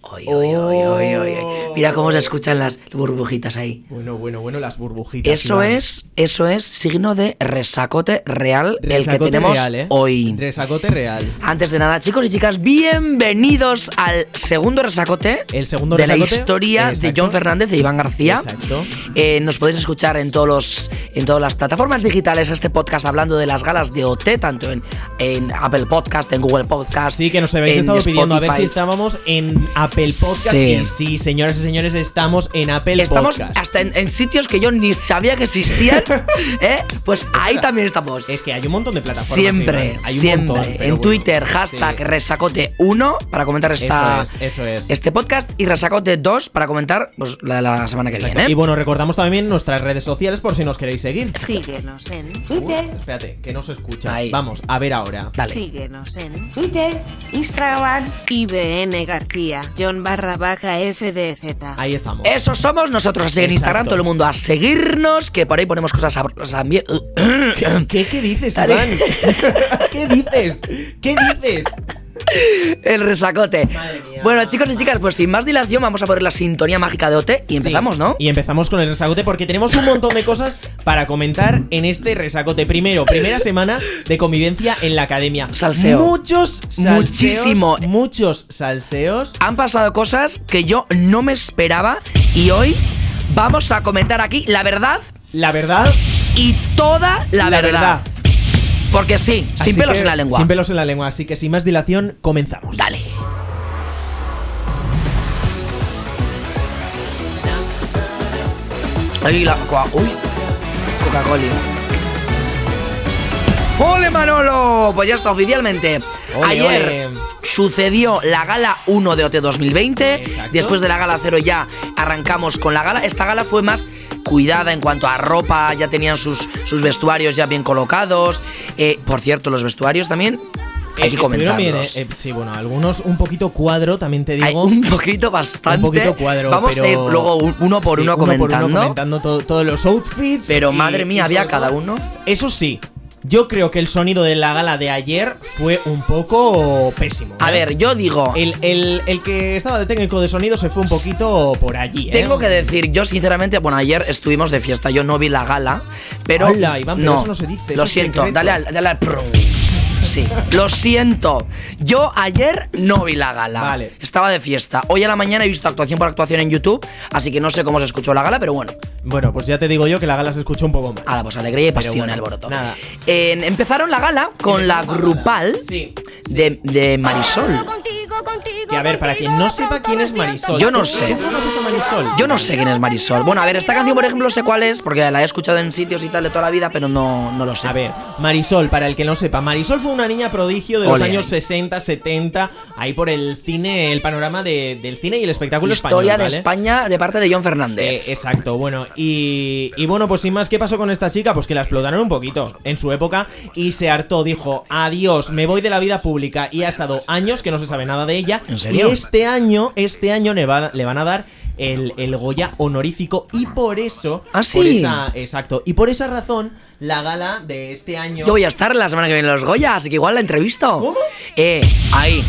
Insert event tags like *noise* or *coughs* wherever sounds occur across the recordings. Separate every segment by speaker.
Speaker 1: Oy, oy, oy, oy, oy,
Speaker 2: Oh.
Speaker 1: oy. Mira cómo se escuchan las burbujitas ahí.
Speaker 2: Bueno, bueno, bueno, las burbujitas.
Speaker 1: Eso
Speaker 2: Iván.
Speaker 1: es, eso es signo de resacote real el que
Speaker 2: Resacote
Speaker 1: tenemos
Speaker 2: real, ¿eh?
Speaker 1: hoy.
Speaker 2: Resacote real.
Speaker 1: Antes de nada, chicos y chicas, bienvenidos al segundo resacote
Speaker 2: El segundo
Speaker 1: de la
Speaker 2: resacote.
Speaker 1: historia de
Speaker 2: Exacto.
Speaker 1: John Fernández e Iván García.
Speaker 2: Exacto.
Speaker 1: Eh, nos podéis escuchar en todos los, en todas las plataformas digitales este podcast hablando de las galas de OT, tanto en, en Apple Podcast, en Google Podcast.
Speaker 2: Sí, que nos habéis
Speaker 1: en
Speaker 2: estado pidiendo a ver si
Speaker 1: Spotify.
Speaker 2: estábamos en Apple Podcast.
Speaker 1: Sí.
Speaker 2: Y sí, señoras y señores, estamos en Apple
Speaker 1: Estamos
Speaker 2: Podcast.
Speaker 1: hasta en, en sitios que yo ni sabía que
Speaker 2: *laughs*
Speaker 1: existían, ¿eh? Pues ahí también estamos.
Speaker 2: Es que hay un montón de plataformas.
Speaker 1: Siempre,
Speaker 2: Iván. ¿eh? Hay un
Speaker 1: siempre.
Speaker 2: montón, pero
Speaker 1: en
Speaker 2: bueno.
Speaker 1: Twitter, hashtag
Speaker 2: Sí.
Speaker 1: resacote1 para comentar esta,
Speaker 2: Eso es, eso es.
Speaker 1: este podcast y resacote2 para comentar pues, la de la semana que
Speaker 2: Exacto.
Speaker 1: viene.
Speaker 2: Y bueno, recordamos también nuestras redes sociales por si nos queréis seguir.
Speaker 3: Síguenos en
Speaker 2: Uh,
Speaker 4: Twitter,
Speaker 2: espérate, que no se escucha.
Speaker 1: Ahí.
Speaker 2: Vamos, a ver ahora.
Speaker 1: Dale.
Speaker 3: Síguenos en
Speaker 4: Twitter, Instagram.
Speaker 3: IBN García, John barra baja FDZ.
Speaker 2: Ahí estamos.
Speaker 1: Eso somos nosotros, así que en
Speaker 2: Exacto.
Speaker 1: Instagram, todo el mundo a seguirnos, que por ahí ponemos cosas sabrosas también.
Speaker 2: ¿Qué, qué, qué dices,
Speaker 1: Dale.
Speaker 2: Iván?
Speaker 1: *laughs*
Speaker 2: ¿Qué dices? ¿Qué dices?
Speaker 1: *coughs* El resacote.
Speaker 2: Madre mía.
Speaker 1: Bueno, chicos y chicas, pues sin más dilación, vamos a poner la sintonía mágica de OT y empezamos,
Speaker 2: Sí,
Speaker 1: ¿no?
Speaker 2: Y empezamos con el resacote porque tenemos un montón de cosas para comentar en este resacote. Primero, primera semana de convivencia en la academia.
Speaker 1: Salseo.
Speaker 2: Muchos salseos.
Speaker 1: Muchísimo.
Speaker 2: Muchos salseos.
Speaker 1: Han pasado cosas que yo no me esperaba y hoy vamos a comentar aquí la verdad
Speaker 2: La verdad.
Speaker 1: y toda la, verdad. Porque sí, sin
Speaker 2: Así
Speaker 1: pelos
Speaker 2: que-
Speaker 1: en la lengua.
Speaker 2: Sin pelos en la lengua. Así que sin más dilación, comenzamos.
Speaker 1: Dale. Ahí la coa- uy, Coca-Cola. ¡Ole Manolo! Pues ya está oficialmente.
Speaker 2: Ole,
Speaker 1: Ayer
Speaker 2: ole.
Speaker 1: sucedió la gala 1 de OT 2020.
Speaker 2: Exacto.
Speaker 1: Después de la gala 0 ya arrancamos con la gala. Esta gala fue más cuidada en cuanto a ropa, ya tenían sus, sus vestuarios ya bien colocados. Eh, por cierto, los vestuarios también hay
Speaker 2: Eh,
Speaker 1: que
Speaker 2: estuvieron
Speaker 1: comentarlos.
Speaker 2: bien, eh, eh, sí, bueno, algunos un poquito cuadro, también te digo.
Speaker 1: Hay
Speaker 2: *laughs*
Speaker 1: un poquito bastante.
Speaker 2: Un poquito cuadro,
Speaker 1: Vamos
Speaker 2: pero-
Speaker 1: a ir luego un- uno por
Speaker 2: Sí,
Speaker 1: uno
Speaker 2: por
Speaker 1: comentando.
Speaker 2: comentando todo- todos los outfits.
Speaker 1: Pero
Speaker 2: y-
Speaker 1: madre mía,
Speaker 2: y
Speaker 1: había
Speaker 2: sobre
Speaker 1: cada
Speaker 2: todo-
Speaker 1: uno.
Speaker 2: Eso sí, yo creo que el sonido de la gala de ayer fue un poco pésimo.
Speaker 1: A
Speaker 2: ¿eh?
Speaker 1: ver, yo digo.
Speaker 2: El, el- el que estaba de técnico de sonido se fue un poquito por allí, ¿eh?
Speaker 1: Tengo que decir, yo sinceramente, bueno, ayer estuvimos de fiesta, yo no vi la gala, pero.
Speaker 2: Hala, Iván, pero eso no se dice, eso
Speaker 1: Lo
Speaker 2: es
Speaker 1: siento,
Speaker 2: secreto.
Speaker 1: dale al. Dale al prum. Sí, lo siento. Yo ayer no vi la gala.
Speaker 2: Vale.
Speaker 1: Estaba de fiesta. Hoy a la mañana he visto actuación por actuación en YouTube, así que no sé cómo se escuchó la gala, pero bueno.
Speaker 2: Bueno, pues ya te digo yo que la gala se escuchó un poco mal.
Speaker 1: Ala, pues alegría y
Speaker 2: Pero
Speaker 1: pasión,
Speaker 2: bueno,
Speaker 1: alboroto.
Speaker 2: nada.
Speaker 1: En- empezaron la gala con la grupal
Speaker 2: Sí.
Speaker 1: de, de Marisol.
Speaker 2: Que a ver, para quien no sepa quién es Marisol.
Speaker 1: Yo no
Speaker 2: ¿tú-
Speaker 1: sé.
Speaker 2: ¿Tú conoces a Marisol?
Speaker 1: Yo no sé quién es Marisol. Bueno, a ver, esta canción, por ejemplo, sé cuál es, porque la he escuchado en sitios y tal de toda la vida, pero no, no lo sé.
Speaker 2: A ver, Marisol, para el que no sepa, Marisol fue una niña prodigio de los
Speaker 1: Ole.
Speaker 2: años 60, 70, ahí por el cine, el panorama de- del cine y el espectáculo
Speaker 1: historia
Speaker 2: español.
Speaker 1: de
Speaker 2: ¿vale?
Speaker 1: España de parte de John Fernández.
Speaker 2: Eh, exacto, bueno, y, y bueno, pues sin más, ¿qué pasó con esta chica? Pues que la explotaron un poquito en su época y se hartó, dijo, adiós, me voy de la vida pública y ha estado años que no se sabe nada de ella.
Speaker 1: ¿En serio?
Speaker 2: Y este año, este año le, va- le van a dar el, el Goya honorífico y por eso,
Speaker 1: Ah, sí.
Speaker 2: por esa- exacto, y por esa razón, la gala de este año...
Speaker 1: Yo voy a estar la semana que viene en los Goya, así que igual la entrevisto.
Speaker 2: ¿Cómo?
Speaker 1: Eh, ahí.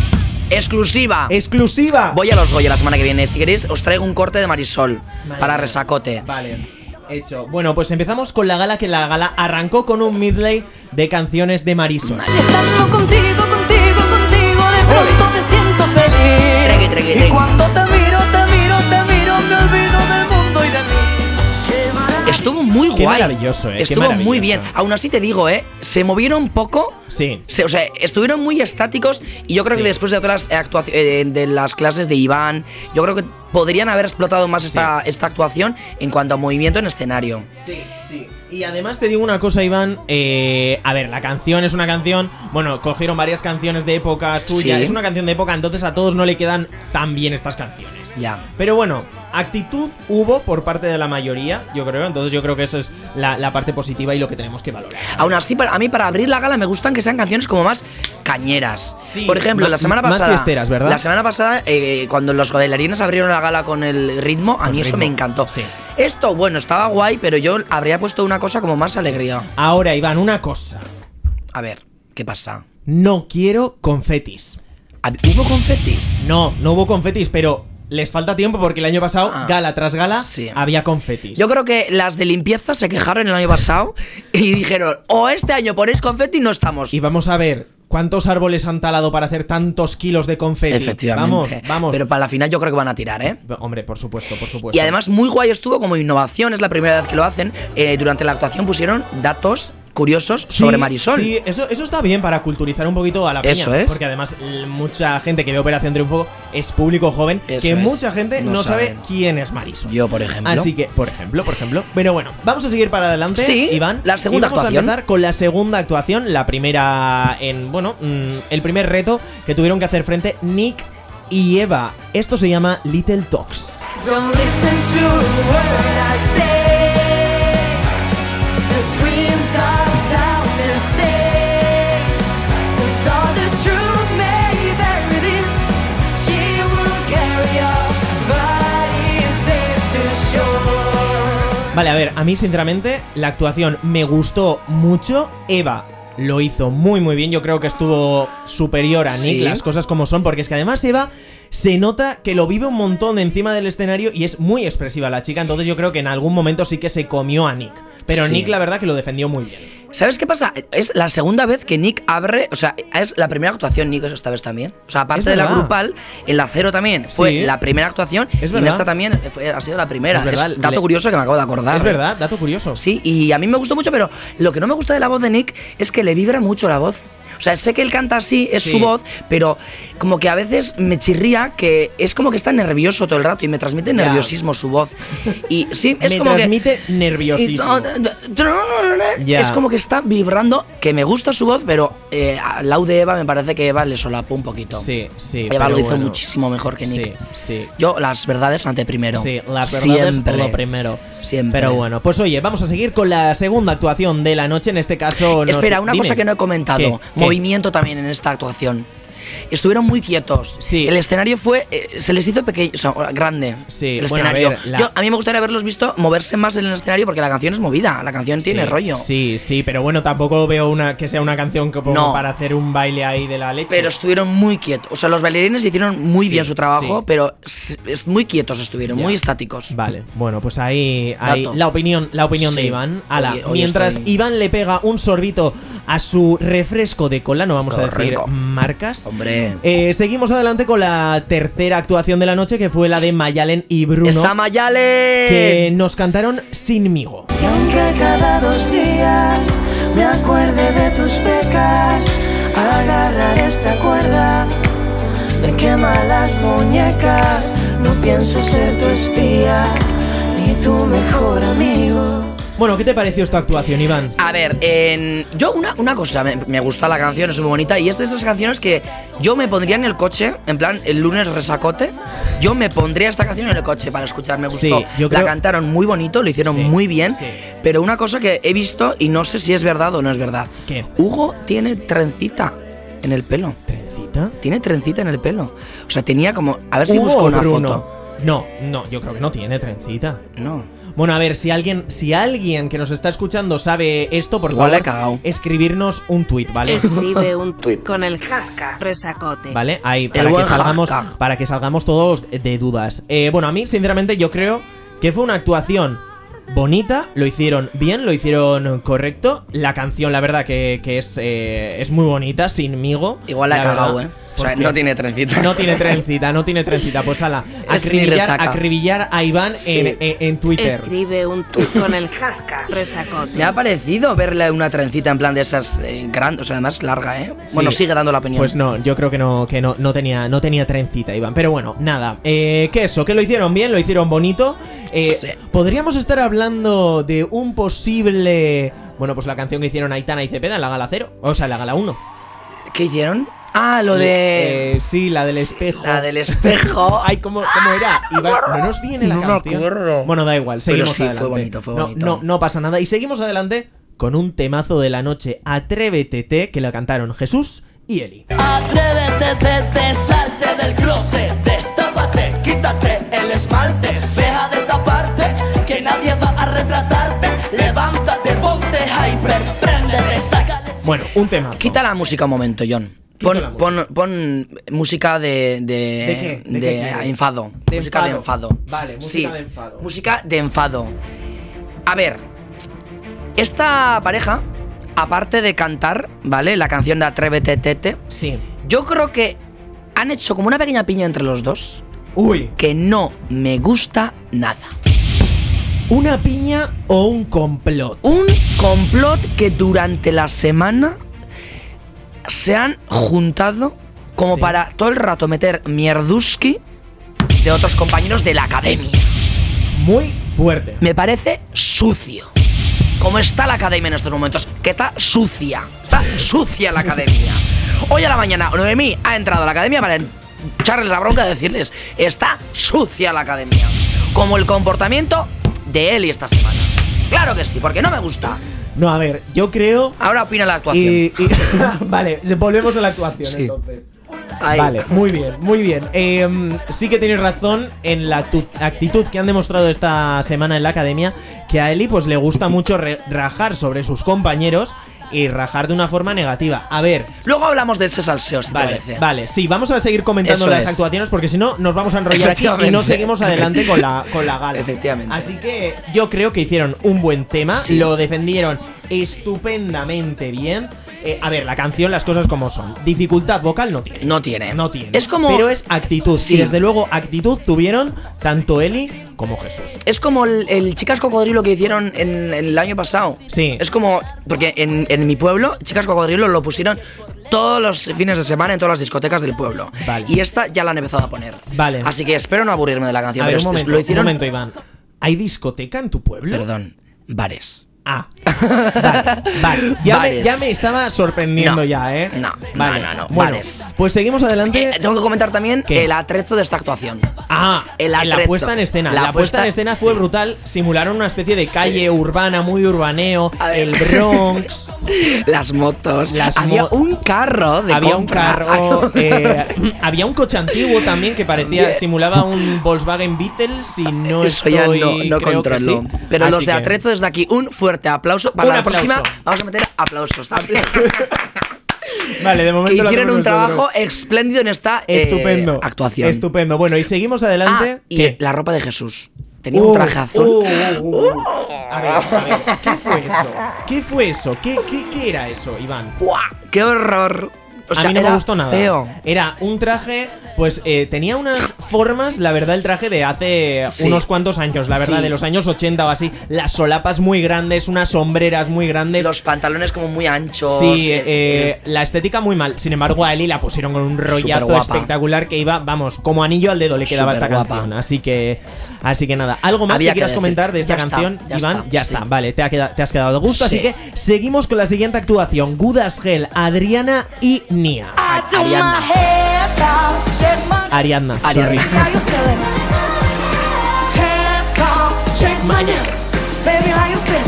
Speaker 1: Exclusiva.
Speaker 2: ¡Exclusiva!
Speaker 1: Voy a los Goya la semana que viene. Si queréis, os traigo un corte de Marisol
Speaker 2: Madre
Speaker 1: para
Speaker 2: mía.
Speaker 1: resacote.
Speaker 2: Vale. Hecho. Bueno, pues empezamos con la gala que la gala arrancó con un midley de canciones de Marisol.
Speaker 5: Estando contigo, contigo, contigo, de pronto te siento feliz.
Speaker 1: Tregui, tregui, tregui.
Speaker 5: Y cuando te miro, te miro, te miro, me olvido del mundo y de mí. Qué maravilla.
Speaker 1: Estuvo muy
Speaker 2: Qué
Speaker 1: guay.
Speaker 2: maravilloso, eh, qué
Speaker 1: Estuvo muy
Speaker 2: maravilloso.
Speaker 1: bien. Aún así te digo, eh, se movieron poco.
Speaker 2: Sí.
Speaker 1: Se- o sea, estuvieron muy estáticos y yo creo
Speaker 2: Sí.
Speaker 1: que después de otras eh, actuaci- eh, de las clases de Iván, yo creo que podrían haber explotado más esta, esta actuación en cuanto a movimiento en escenario.
Speaker 2: Sí, sí. Y además te digo una cosa, Iván. eh, a ver, la canción es una canción. Bueno, cogieron varias canciones de época suya.
Speaker 1: Sí.
Speaker 2: Es una canción de época, entonces a todos no le quedan tan bien estas canciones.
Speaker 1: Ya.
Speaker 2: Pero bueno, actitud hubo por parte de la mayoría, yo creo. Entonces yo creo que eso es la, la parte positiva y lo que tenemos que valorar.
Speaker 1: Aún así, para- a mí para abrir la gala me gustan que sean canciones como más cañeras.
Speaker 2: Sí,
Speaker 1: Por ejemplo,
Speaker 2: ma-
Speaker 1: la semana
Speaker 2: más
Speaker 1: pasada.
Speaker 2: fiesteras, ¿verdad?
Speaker 1: La semana pasada, eh, cuando los bailarines abrieron la gala con el ritmo, a
Speaker 2: Con
Speaker 1: mí eso
Speaker 2: ritmo,
Speaker 1: me encantó.
Speaker 2: sí.
Speaker 1: Esto, bueno, estaba guay, pero yo habría puesto una cosa como más alegría.
Speaker 2: Ahora, Iván, una cosa.
Speaker 1: A ver, ¿qué pasa?
Speaker 2: No quiero confetis.
Speaker 1: ¿Hab- ¿Hubo confetis?
Speaker 2: No, no hubo confetis, pero les falta tiempo porque el año pasado,
Speaker 1: Ah.
Speaker 2: gala tras gala,
Speaker 1: Sí.
Speaker 2: había confetis.
Speaker 1: Yo creo que las de limpieza se quejaron el año pasado *laughs* y dijeron, o este año ponéis confeti y no estamos.
Speaker 2: Y vamos a ver cuántos árboles han talado para hacer tantos kilos de confeti. Vamos,
Speaker 1: Efectivamente.
Speaker 2: vamos. Pues
Speaker 1: Pero para la final yo creo que van a tirar, ¿eh?
Speaker 2: Hombre, por supuesto, por supuesto.
Speaker 1: Y además muy guay estuvo como innovación, es la primera vez que lo hacen. Eh, durante la actuación pusieron datos curiosos
Speaker 2: Sí,
Speaker 1: sobre Marisol.
Speaker 2: Sí, eso, eso está bien para culturizar un poquito a la peña.
Speaker 1: Eso es.
Speaker 2: Porque además l- mucha gente que ve Operación Triunfo es público joven,
Speaker 1: Eso
Speaker 2: que
Speaker 1: es.
Speaker 2: mucha gente no,
Speaker 1: No
Speaker 2: sabe
Speaker 1: saben.
Speaker 2: quién es Marisol.
Speaker 1: Yo, por ejemplo.
Speaker 2: Así que, por ejemplo, por ejemplo. Pero bueno, vamos a seguir para adelante,
Speaker 1: Sí,
Speaker 2: Iván.
Speaker 1: la segunda
Speaker 2: y vamos
Speaker 1: actuación.
Speaker 2: a empezar con la segunda actuación, la primera en, bueno, mm, el primer reto que tuvieron que hacer frente Nick y Eva. Esto se llama Little Talks.
Speaker 5: Don't listen to a word I say. The screams of sound and say. Cause all the truth may there it is. She will carry your body safe to shore.
Speaker 2: Vale, a ver, a mí sinceramente la actuación me gustó mucho. Eva lo hizo muy muy bien, yo creo que estuvo superior a Nick,
Speaker 1: Sí.
Speaker 2: las cosas como son, porque es que además Eva se nota que lo vive un montón encima del escenario y es muy expresiva la chica, entonces yo creo que en algún momento sí que se comió a Nick. Pero
Speaker 1: Sí.
Speaker 2: Nick la verdad que lo defendió muy bien.
Speaker 1: ¿Sabes qué pasa? Es la segunda vez que Nick abre, o sea, es la primera actuación Nick esta vez también. O sea, aparte
Speaker 2: Es
Speaker 1: de la
Speaker 2: verdad.
Speaker 1: grupal, en la cero también fue
Speaker 2: Sí.
Speaker 1: la primera actuación
Speaker 2: Es
Speaker 1: y en
Speaker 2: verdad.
Speaker 1: esta también fue- ha sido la primera.
Speaker 2: Es verdad,
Speaker 1: Es dato
Speaker 2: le-
Speaker 1: curioso que me acabo de acordar.
Speaker 2: Es verdad, dato curioso.
Speaker 1: Sí, y a mí me gustó mucho, pero lo que no me gusta de la voz de Nick es que le vibra mucho la voz. O sea, sé que él canta así, es
Speaker 2: Sí.
Speaker 1: su voz, pero como que a veces me chirría que es como que está nervioso todo el rato y me transmite
Speaker 2: Ya.
Speaker 1: nerviosismo su voz. Y sí, es
Speaker 2: me
Speaker 1: como que
Speaker 2: transmite
Speaker 1: *laughs*
Speaker 2: nerviosismo. Ya.
Speaker 1: es como que está vibrando, que me gusta su voz, pero eh, a Lau de Eva me parece que Eva le solapó un poquito.
Speaker 2: Sí, sí.
Speaker 1: Eva
Speaker 2: pero
Speaker 1: lo hizo
Speaker 2: bueno.
Speaker 1: muchísimo mejor que Nick.
Speaker 2: Sí, sí.
Speaker 1: Yo, las verdades ante primero.
Speaker 2: Sí, la verdad
Speaker 1: Siempre.
Speaker 2: es lo primero.
Speaker 1: Siempre.
Speaker 2: Pero bueno, pues oye, vamos a seguir con la segunda actuación de la noche. En este caso. nos-
Speaker 1: Espera, una
Speaker 2: dime.
Speaker 1: cosa que no he comentado.
Speaker 2: ¿Qué? ¿Qué?
Speaker 1: Movimiento también en esta actuación. Estuvieron muy quietos.
Speaker 2: Sí.
Speaker 1: El escenario fue. eh, se les hizo pequeño. o sea, grande.
Speaker 2: Sí,
Speaker 1: El
Speaker 2: bueno, a
Speaker 1: escenario. Yo-
Speaker 2: ver,
Speaker 1: a,
Speaker 2: la-
Speaker 1: mí me gustaría haberlos visto moverse más en el escenario porque la canción es movida. La canción tiene
Speaker 2: Sí,
Speaker 1: rollo.
Speaker 2: Sí, sí, pero bueno, tampoco veo una que sea una canción como
Speaker 1: No.
Speaker 2: para hacer un baile ahí de la leche.
Speaker 1: Pero estuvieron muy quietos. O sea, los bailarines hicieron muy
Speaker 2: Sí,
Speaker 1: bien su trabajo,
Speaker 2: sí.
Speaker 1: pero s- es- muy quietos estuvieron,
Speaker 2: Ya.
Speaker 1: muy estáticos.
Speaker 2: Vale, bueno, pues ahí, ahí
Speaker 1: Dato.
Speaker 2: la opinión, la opinión de
Speaker 1: Sí.
Speaker 2: Iván. Ala,
Speaker 1: Oye, oye,
Speaker 2: mientras
Speaker 1: estoy-
Speaker 2: Iván le pega un sorbito a su refresco de cola, no vamos a decir
Speaker 1: Correcto.
Speaker 2: marcas.
Speaker 1: Hombre.
Speaker 2: eh, seguimos adelante con la tercera actuación de la noche, que fue la de Mayalen y Bruno,
Speaker 1: ¡Esa Mayale!
Speaker 2: que nos cantaron Sinmigo.
Speaker 5: Y aunque cada dos días me acuerde de tus pecas, al agarrar esta cuerda me quema las muñecas. No pienso ser tu espía ni tu mejor amigo.
Speaker 2: Bueno, ¿qué te pareció esta actuación, Iván?
Speaker 1: A ver, en- yo una, una cosa, me, me gusta la canción, es muy bonita y es de esas canciones que yo me pondría en el coche, en plan el lunes resacote, yo me pondría esta canción en el coche para escuchar, me gustó.
Speaker 2: Sí, yo creo-
Speaker 1: La cantaron muy bonito, lo hicieron
Speaker 2: Sí,
Speaker 1: muy bien,
Speaker 2: sí.
Speaker 1: pero una cosa que he visto y no sé si es verdad o no es verdad.
Speaker 2: ¿Qué?
Speaker 1: Hugo tiene trencita en el pelo.
Speaker 2: ¿Trencita?
Speaker 1: Tiene trencita en el pelo. O sea, tenía como. A ver si
Speaker 2: Hugo
Speaker 1: busco
Speaker 2: o
Speaker 1: una
Speaker 2: Bruno?
Speaker 1: foto.
Speaker 2: No, no, yo creo que no tiene trencita.
Speaker 1: No.
Speaker 2: Bueno, a ver, si alguien, si alguien que nos está escuchando sabe esto, por
Speaker 1: Igual la he
Speaker 2: favor,
Speaker 1: cagao.
Speaker 2: escribirnos un tuit, ¿vale?
Speaker 3: Escribe un tuit con el hashtag resacote.
Speaker 2: ¿Vale? Ahí, para que,
Speaker 1: buen
Speaker 2: salgamos,
Speaker 1: hashtag.
Speaker 2: para que salgamos todos de dudas. Eh, bueno, a mí, sinceramente, yo creo que fue una actuación bonita, lo hicieron bien, lo hicieron correcto. La canción, la verdad, que, que es, eh, es muy bonita, sinmigo.
Speaker 1: Igual la he cagado, eh. O sea,
Speaker 2: porque
Speaker 1: no tiene trencita.
Speaker 2: No tiene trencita, no tiene trencita. Pues ala,
Speaker 1: *laughs* Es mi
Speaker 2: acribillar,
Speaker 1: resaca.
Speaker 2: acribillar a Iván
Speaker 1: Sí.
Speaker 2: en, en- en Twitter.
Speaker 3: Escribe un tuit con el hashtag
Speaker 1: Me
Speaker 3: resacote.
Speaker 1: ha parecido verle una trencita en plan de esas eh, grandes, o sea, además larga, ¿eh? Bueno,
Speaker 2: Sí.
Speaker 1: sigue dando la opinión.
Speaker 2: Pues no, yo creo que no, que no, no tenía, no tenía trencita, Iván. Pero bueno, nada. Eh, que eso, que lo hicieron bien, lo hicieron bonito. Eh,
Speaker 1: Sí.
Speaker 2: Podríamos estar hablando de un posible. Bueno, pues la canción que hicieron Aitana y Cepeda en la gala 0. O sea, en la gala 1.
Speaker 1: ¿Qué hicieron? Ah, lo de.
Speaker 2: Eh, sí, la del espejo.
Speaker 1: La del espejo.
Speaker 2: *laughs* Ay, ¿cómo, cómo
Speaker 1: *laughs*
Speaker 2: era? Iván, no nos viene la
Speaker 1: No me
Speaker 2: canción.
Speaker 1: acuerdo.
Speaker 2: Bueno, da igual, seguimos
Speaker 1: sí, fue
Speaker 2: adelante.
Speaker 1: bonito, fue
Speaker 2: No-
Speaker 1: bonito.
Speaker 2: No, no, pasa nada. Y seguimos adelante con un temazo de la noche, Atrévete, te, que la cantaron Jesús y Eli.
Speaker 5: Atrévete, te, te, salte del closet, destápate, quítate el esmalte, deja de taparte, que nadie va a retratarte, levántate, ponte hyper, préndete, sácale.
Speaker 2: Bueno, un temazo.
Speaker 1: Quita la música un momento, John.
Speaker 2: Quito la
Speaker 1: Pon,
Speaker 2: música.
Speaker 1: pon, pon música de. ¿De,
Speaker 2: ¿De qué? ¿De qué quieres?
Speaker 1: enfado.
Speaker 2: De
Speaker 1: música de
Speaker 2: enfado.
Speaker 1: enfado.
Speaker 2: Vale, música
Speaker 1: Sí,
Speaker 2: de enfado.
Speaker 1: Música de enfado. A ver. Esta pareja, aparte de cantar, ¿vale? La canción de Atrévete Tete,
Speaker 2: Sí.
Speaker 1: yo creo que han hecho como una pequeña piña entre los dos
Speaker 2: Uy,
Speaker 1: que no me gusta nada.
Speaker 2: ¿una piña o un complot?
Speaker 1: Un complot que durante la semana se han juntado como
Speaker 2: Sí.
Speaker 1: para todo el rato meter mierduski de otros compañeros de la academia.
Speaker 2: Muy fuerte.
Speaker 1: Me parece sucio. Como está la academia en estos momentos, que está sucia. Está sucia la academia. Hoy a la mañana, Noemí ha entrado a la academia para echarles la bronca y decirles, está sucia la academia. Como el comportamiento de Eli esta semana. Claro que sí, porque no me gusta.
Speaker 2: No, a ver, yo creo.
Speaker 1: Ahora opina la actuación.
Speaker 2: Y, *laughs* y- vale, volvemos a la actuación
Speaker 1: Sí.
Speaker 2: entonces.
Speaker 1: Ahí.
Speaker 2: Vale, muy bien, muy bien. Em, sí que tienes razón en la actu- actitud que han demostrado esta semana en la academia, que a Eli pues le gusta mucho re- rajar sobre sus compañeros y rajar de una forma negativa. A ver,
Speaker 1: Luego hablamos de ese salseo, si te
Speaker 2: vale,
Speaker 1: parece.
Speaker 2: vale, sí, vamos a seguir comentando
Speaker 1: Eso
Speaker 2: las
Speaker 1: es.
Speaker 2: actuaciones porque si no nos vamos a enrollar aquí y no
Speaker 1: Efectivamente.
Speaker 2: seguimos adelante con la, con la gala.
Speaker 1: Efectivamente.
Speaker 2: Así que yo creo que hicieron un buen tema,
Speaker 1: Sí.
Speaker 2: lo defendieron estupendamente bien. Eh, a ver, la canción, las cosas como son. Dificultad vocal no tiene.
Speaker 1: No tiene.
Speaker 2: No tiene.
Speaker 1: Es como,
Speaker 2: Pero es actitud.
Speaker 1: Sí.
Speaker 2: Y desde luego, actitud tuvieron tanto Eli como Jesús.
Speaker 1: es como el, el Chicas Cocodrilo que hicieron en, en el año pasado.
Speaker 2: Sí.
Speaker 1: Es como. Porque en, en mi pueblo, Chicas Cocodrilo lo pusieron todos los fines de semana en todas las discotecas del pueblo.
Speaker 2: Vale.
Speaker 1: Y esta ya la han empezado a poner.
Speaker 2: Vale.
Speaker 1: Así que espero no aburrirme de la canción.
Speaker 2: A ver,
Speaker 1: pero
Speaker 2: un
Speaker 1: es-
Speaker 2: momento,
Speaker 1: lo hicieron.
Speaker 2: un momento, Iván. ¿Hay discoteca en tu pueblo?
Speaker 1: Perdón, bares.
Speaker 2: Ah, vale, vale. Ya, me,
Speaker 1: Bares.
Speaker 2: ya me estaba sorprendiendo
Speaker 1: No,
Speaker 2: ya, ¿eh?
Speaker 1: no, no, no, no,
Speaker 2: Bueno,
Speaker 1: bares.
Speaker 2: pues seguimos adelante.
Speaker 1: Eh, tengo que comentar también
Speaker 2: ¿Qué?
Speaker 1: el atrezo de esta actuación.
Speaker 2: ah,
Speaker 1: el
Speaker 2: en la
Speaker 1: atrezo.
Speaker 2: puesta en escena. La,
Speaker 1: La
Speaker 2: puesta, en
Speaker 1: puesta-
Speaker 2: escena fue
Speaker 1: sí.
Speaker 2: brutal. Simularon una especie de calle urbana, muy urbaneo,
Speaker 1: A ver.
Speaker 2: el Bronx.
Speaker 1: Las motos.
Speaker 2: Las
Speaker 1: había
Speaker 2: mo-
Speaker 1: un carro *laughs* de
Speaker 2: había
Speaker 1: compra. *laughs*
Speaker 2: un carro, eh, *laughs* había un coche antiguo también que parecía simulaba un Volkswagen Beetle, si no
Speaker 1: Eso
Speaker 2: estoy
Speaker 1: ya no, no
Speaker 2: creo que
Speaker 1: controlo.
Speaker 2: sí.
Speaker 1: Pero
Speaker 2: Así
Speaker 1: los de
Speaker 2: que-
Speaker 1: Atrezo, desde aquí, un fuerte aplauso. Para
Speaker 2: Un
Speaker 1: la
Speaker 2: aplauso.
Speaker 1: próxima, vamos a meter aplausos
Speaker 2: *laughs*
Speaker 1: también.
Speaker 2: Vale, de
Speaker 1: que
Speaker 2: momento lo
Speaker 1: hicieron
Speaker 2: hacemos
Speaker 1: un trabajo
Speaker 2: nosotros.
Speaker 1: espléndido en esta eh,
Speaker 2: estupendo.
Speaker 1: actuación.
Speaker 2: Estupendo. Bueno, y seguimos adelante.
Speaker 1: Ah, y
Speaker 2: ¿Qué?
Speaker 1: la ropa de Jesús. Tenía
Speaker 2: Uh,
Speaker 1: un traje azul.
Speaker 2: uh, uh, uh, uh. A ver, a ver, ¿qué fue eso? ¿Qué fue eso? ¿Qué, qué, qué era eso, Iván?
Speaker 1: ¡Buah! ¡Qué horror! O sea,
Speaker 2: a mí no
Speaker 1: era
Speaker 2: me gustó nada.
Speaker 1: Feo.
Speaker 2: Era un traje, pues eh, tenía unas formas, la verdad, el traje de hace
Speaker 1: Sí.
Speaker 2: unos cuantos años, la verdad,
Speaker 1: Sí.
Speaker 2: de los años 80 o así. Las solapas muy grandes, unas sombreras muy grandes.
Speaker 1: Los pantalones como muy anchos.
Speaker 2: Sí,
Speaker 1: eh,
Speaker 2: eh,
Speaker 1: eh,
Speaker 2: la estética muy mal. Sin embargo, a Eli la pusieron con un rollazo
Speaker 1: Superguapa.
Speaker 2: espectacular que iba, vamos, como anillo al dedo le quedaba esta
Speaker 1: Superguapa.
Speaker 2: canción. Así que, así que nada. ¿Algo más
Speaker 1: Había
Speaker 2: que
Speaker 1: que
Speaker 2: quieras
Speaker 1: decir.
Speaker 2: comentar de esta
Speaker 1: Ya está,
Speaker 2: canción,
Speaker 1: ya
Speaker 2: Iván?
Speaker 1: está,
Speaker 2: ya
Speaker 1: sí.
Speaker 2: está, vale, te, ha queda- te has quedado de gusto. Así
Speaker 1: Sí.
Speaker 2: que seguimos con la siguiente actuación: Gudas Gel, Adriana y Nia.
Speaker 4: I do my
Speaker 1: Ariadna.
Speaker 4: hair down, check my
Speaker 2: Ariadna,
Speaker 1: Ariadna.
Speaker 2: sorry.
Speaker 4: how you feeling? Hair down, check my nails. Baby, how you feeling?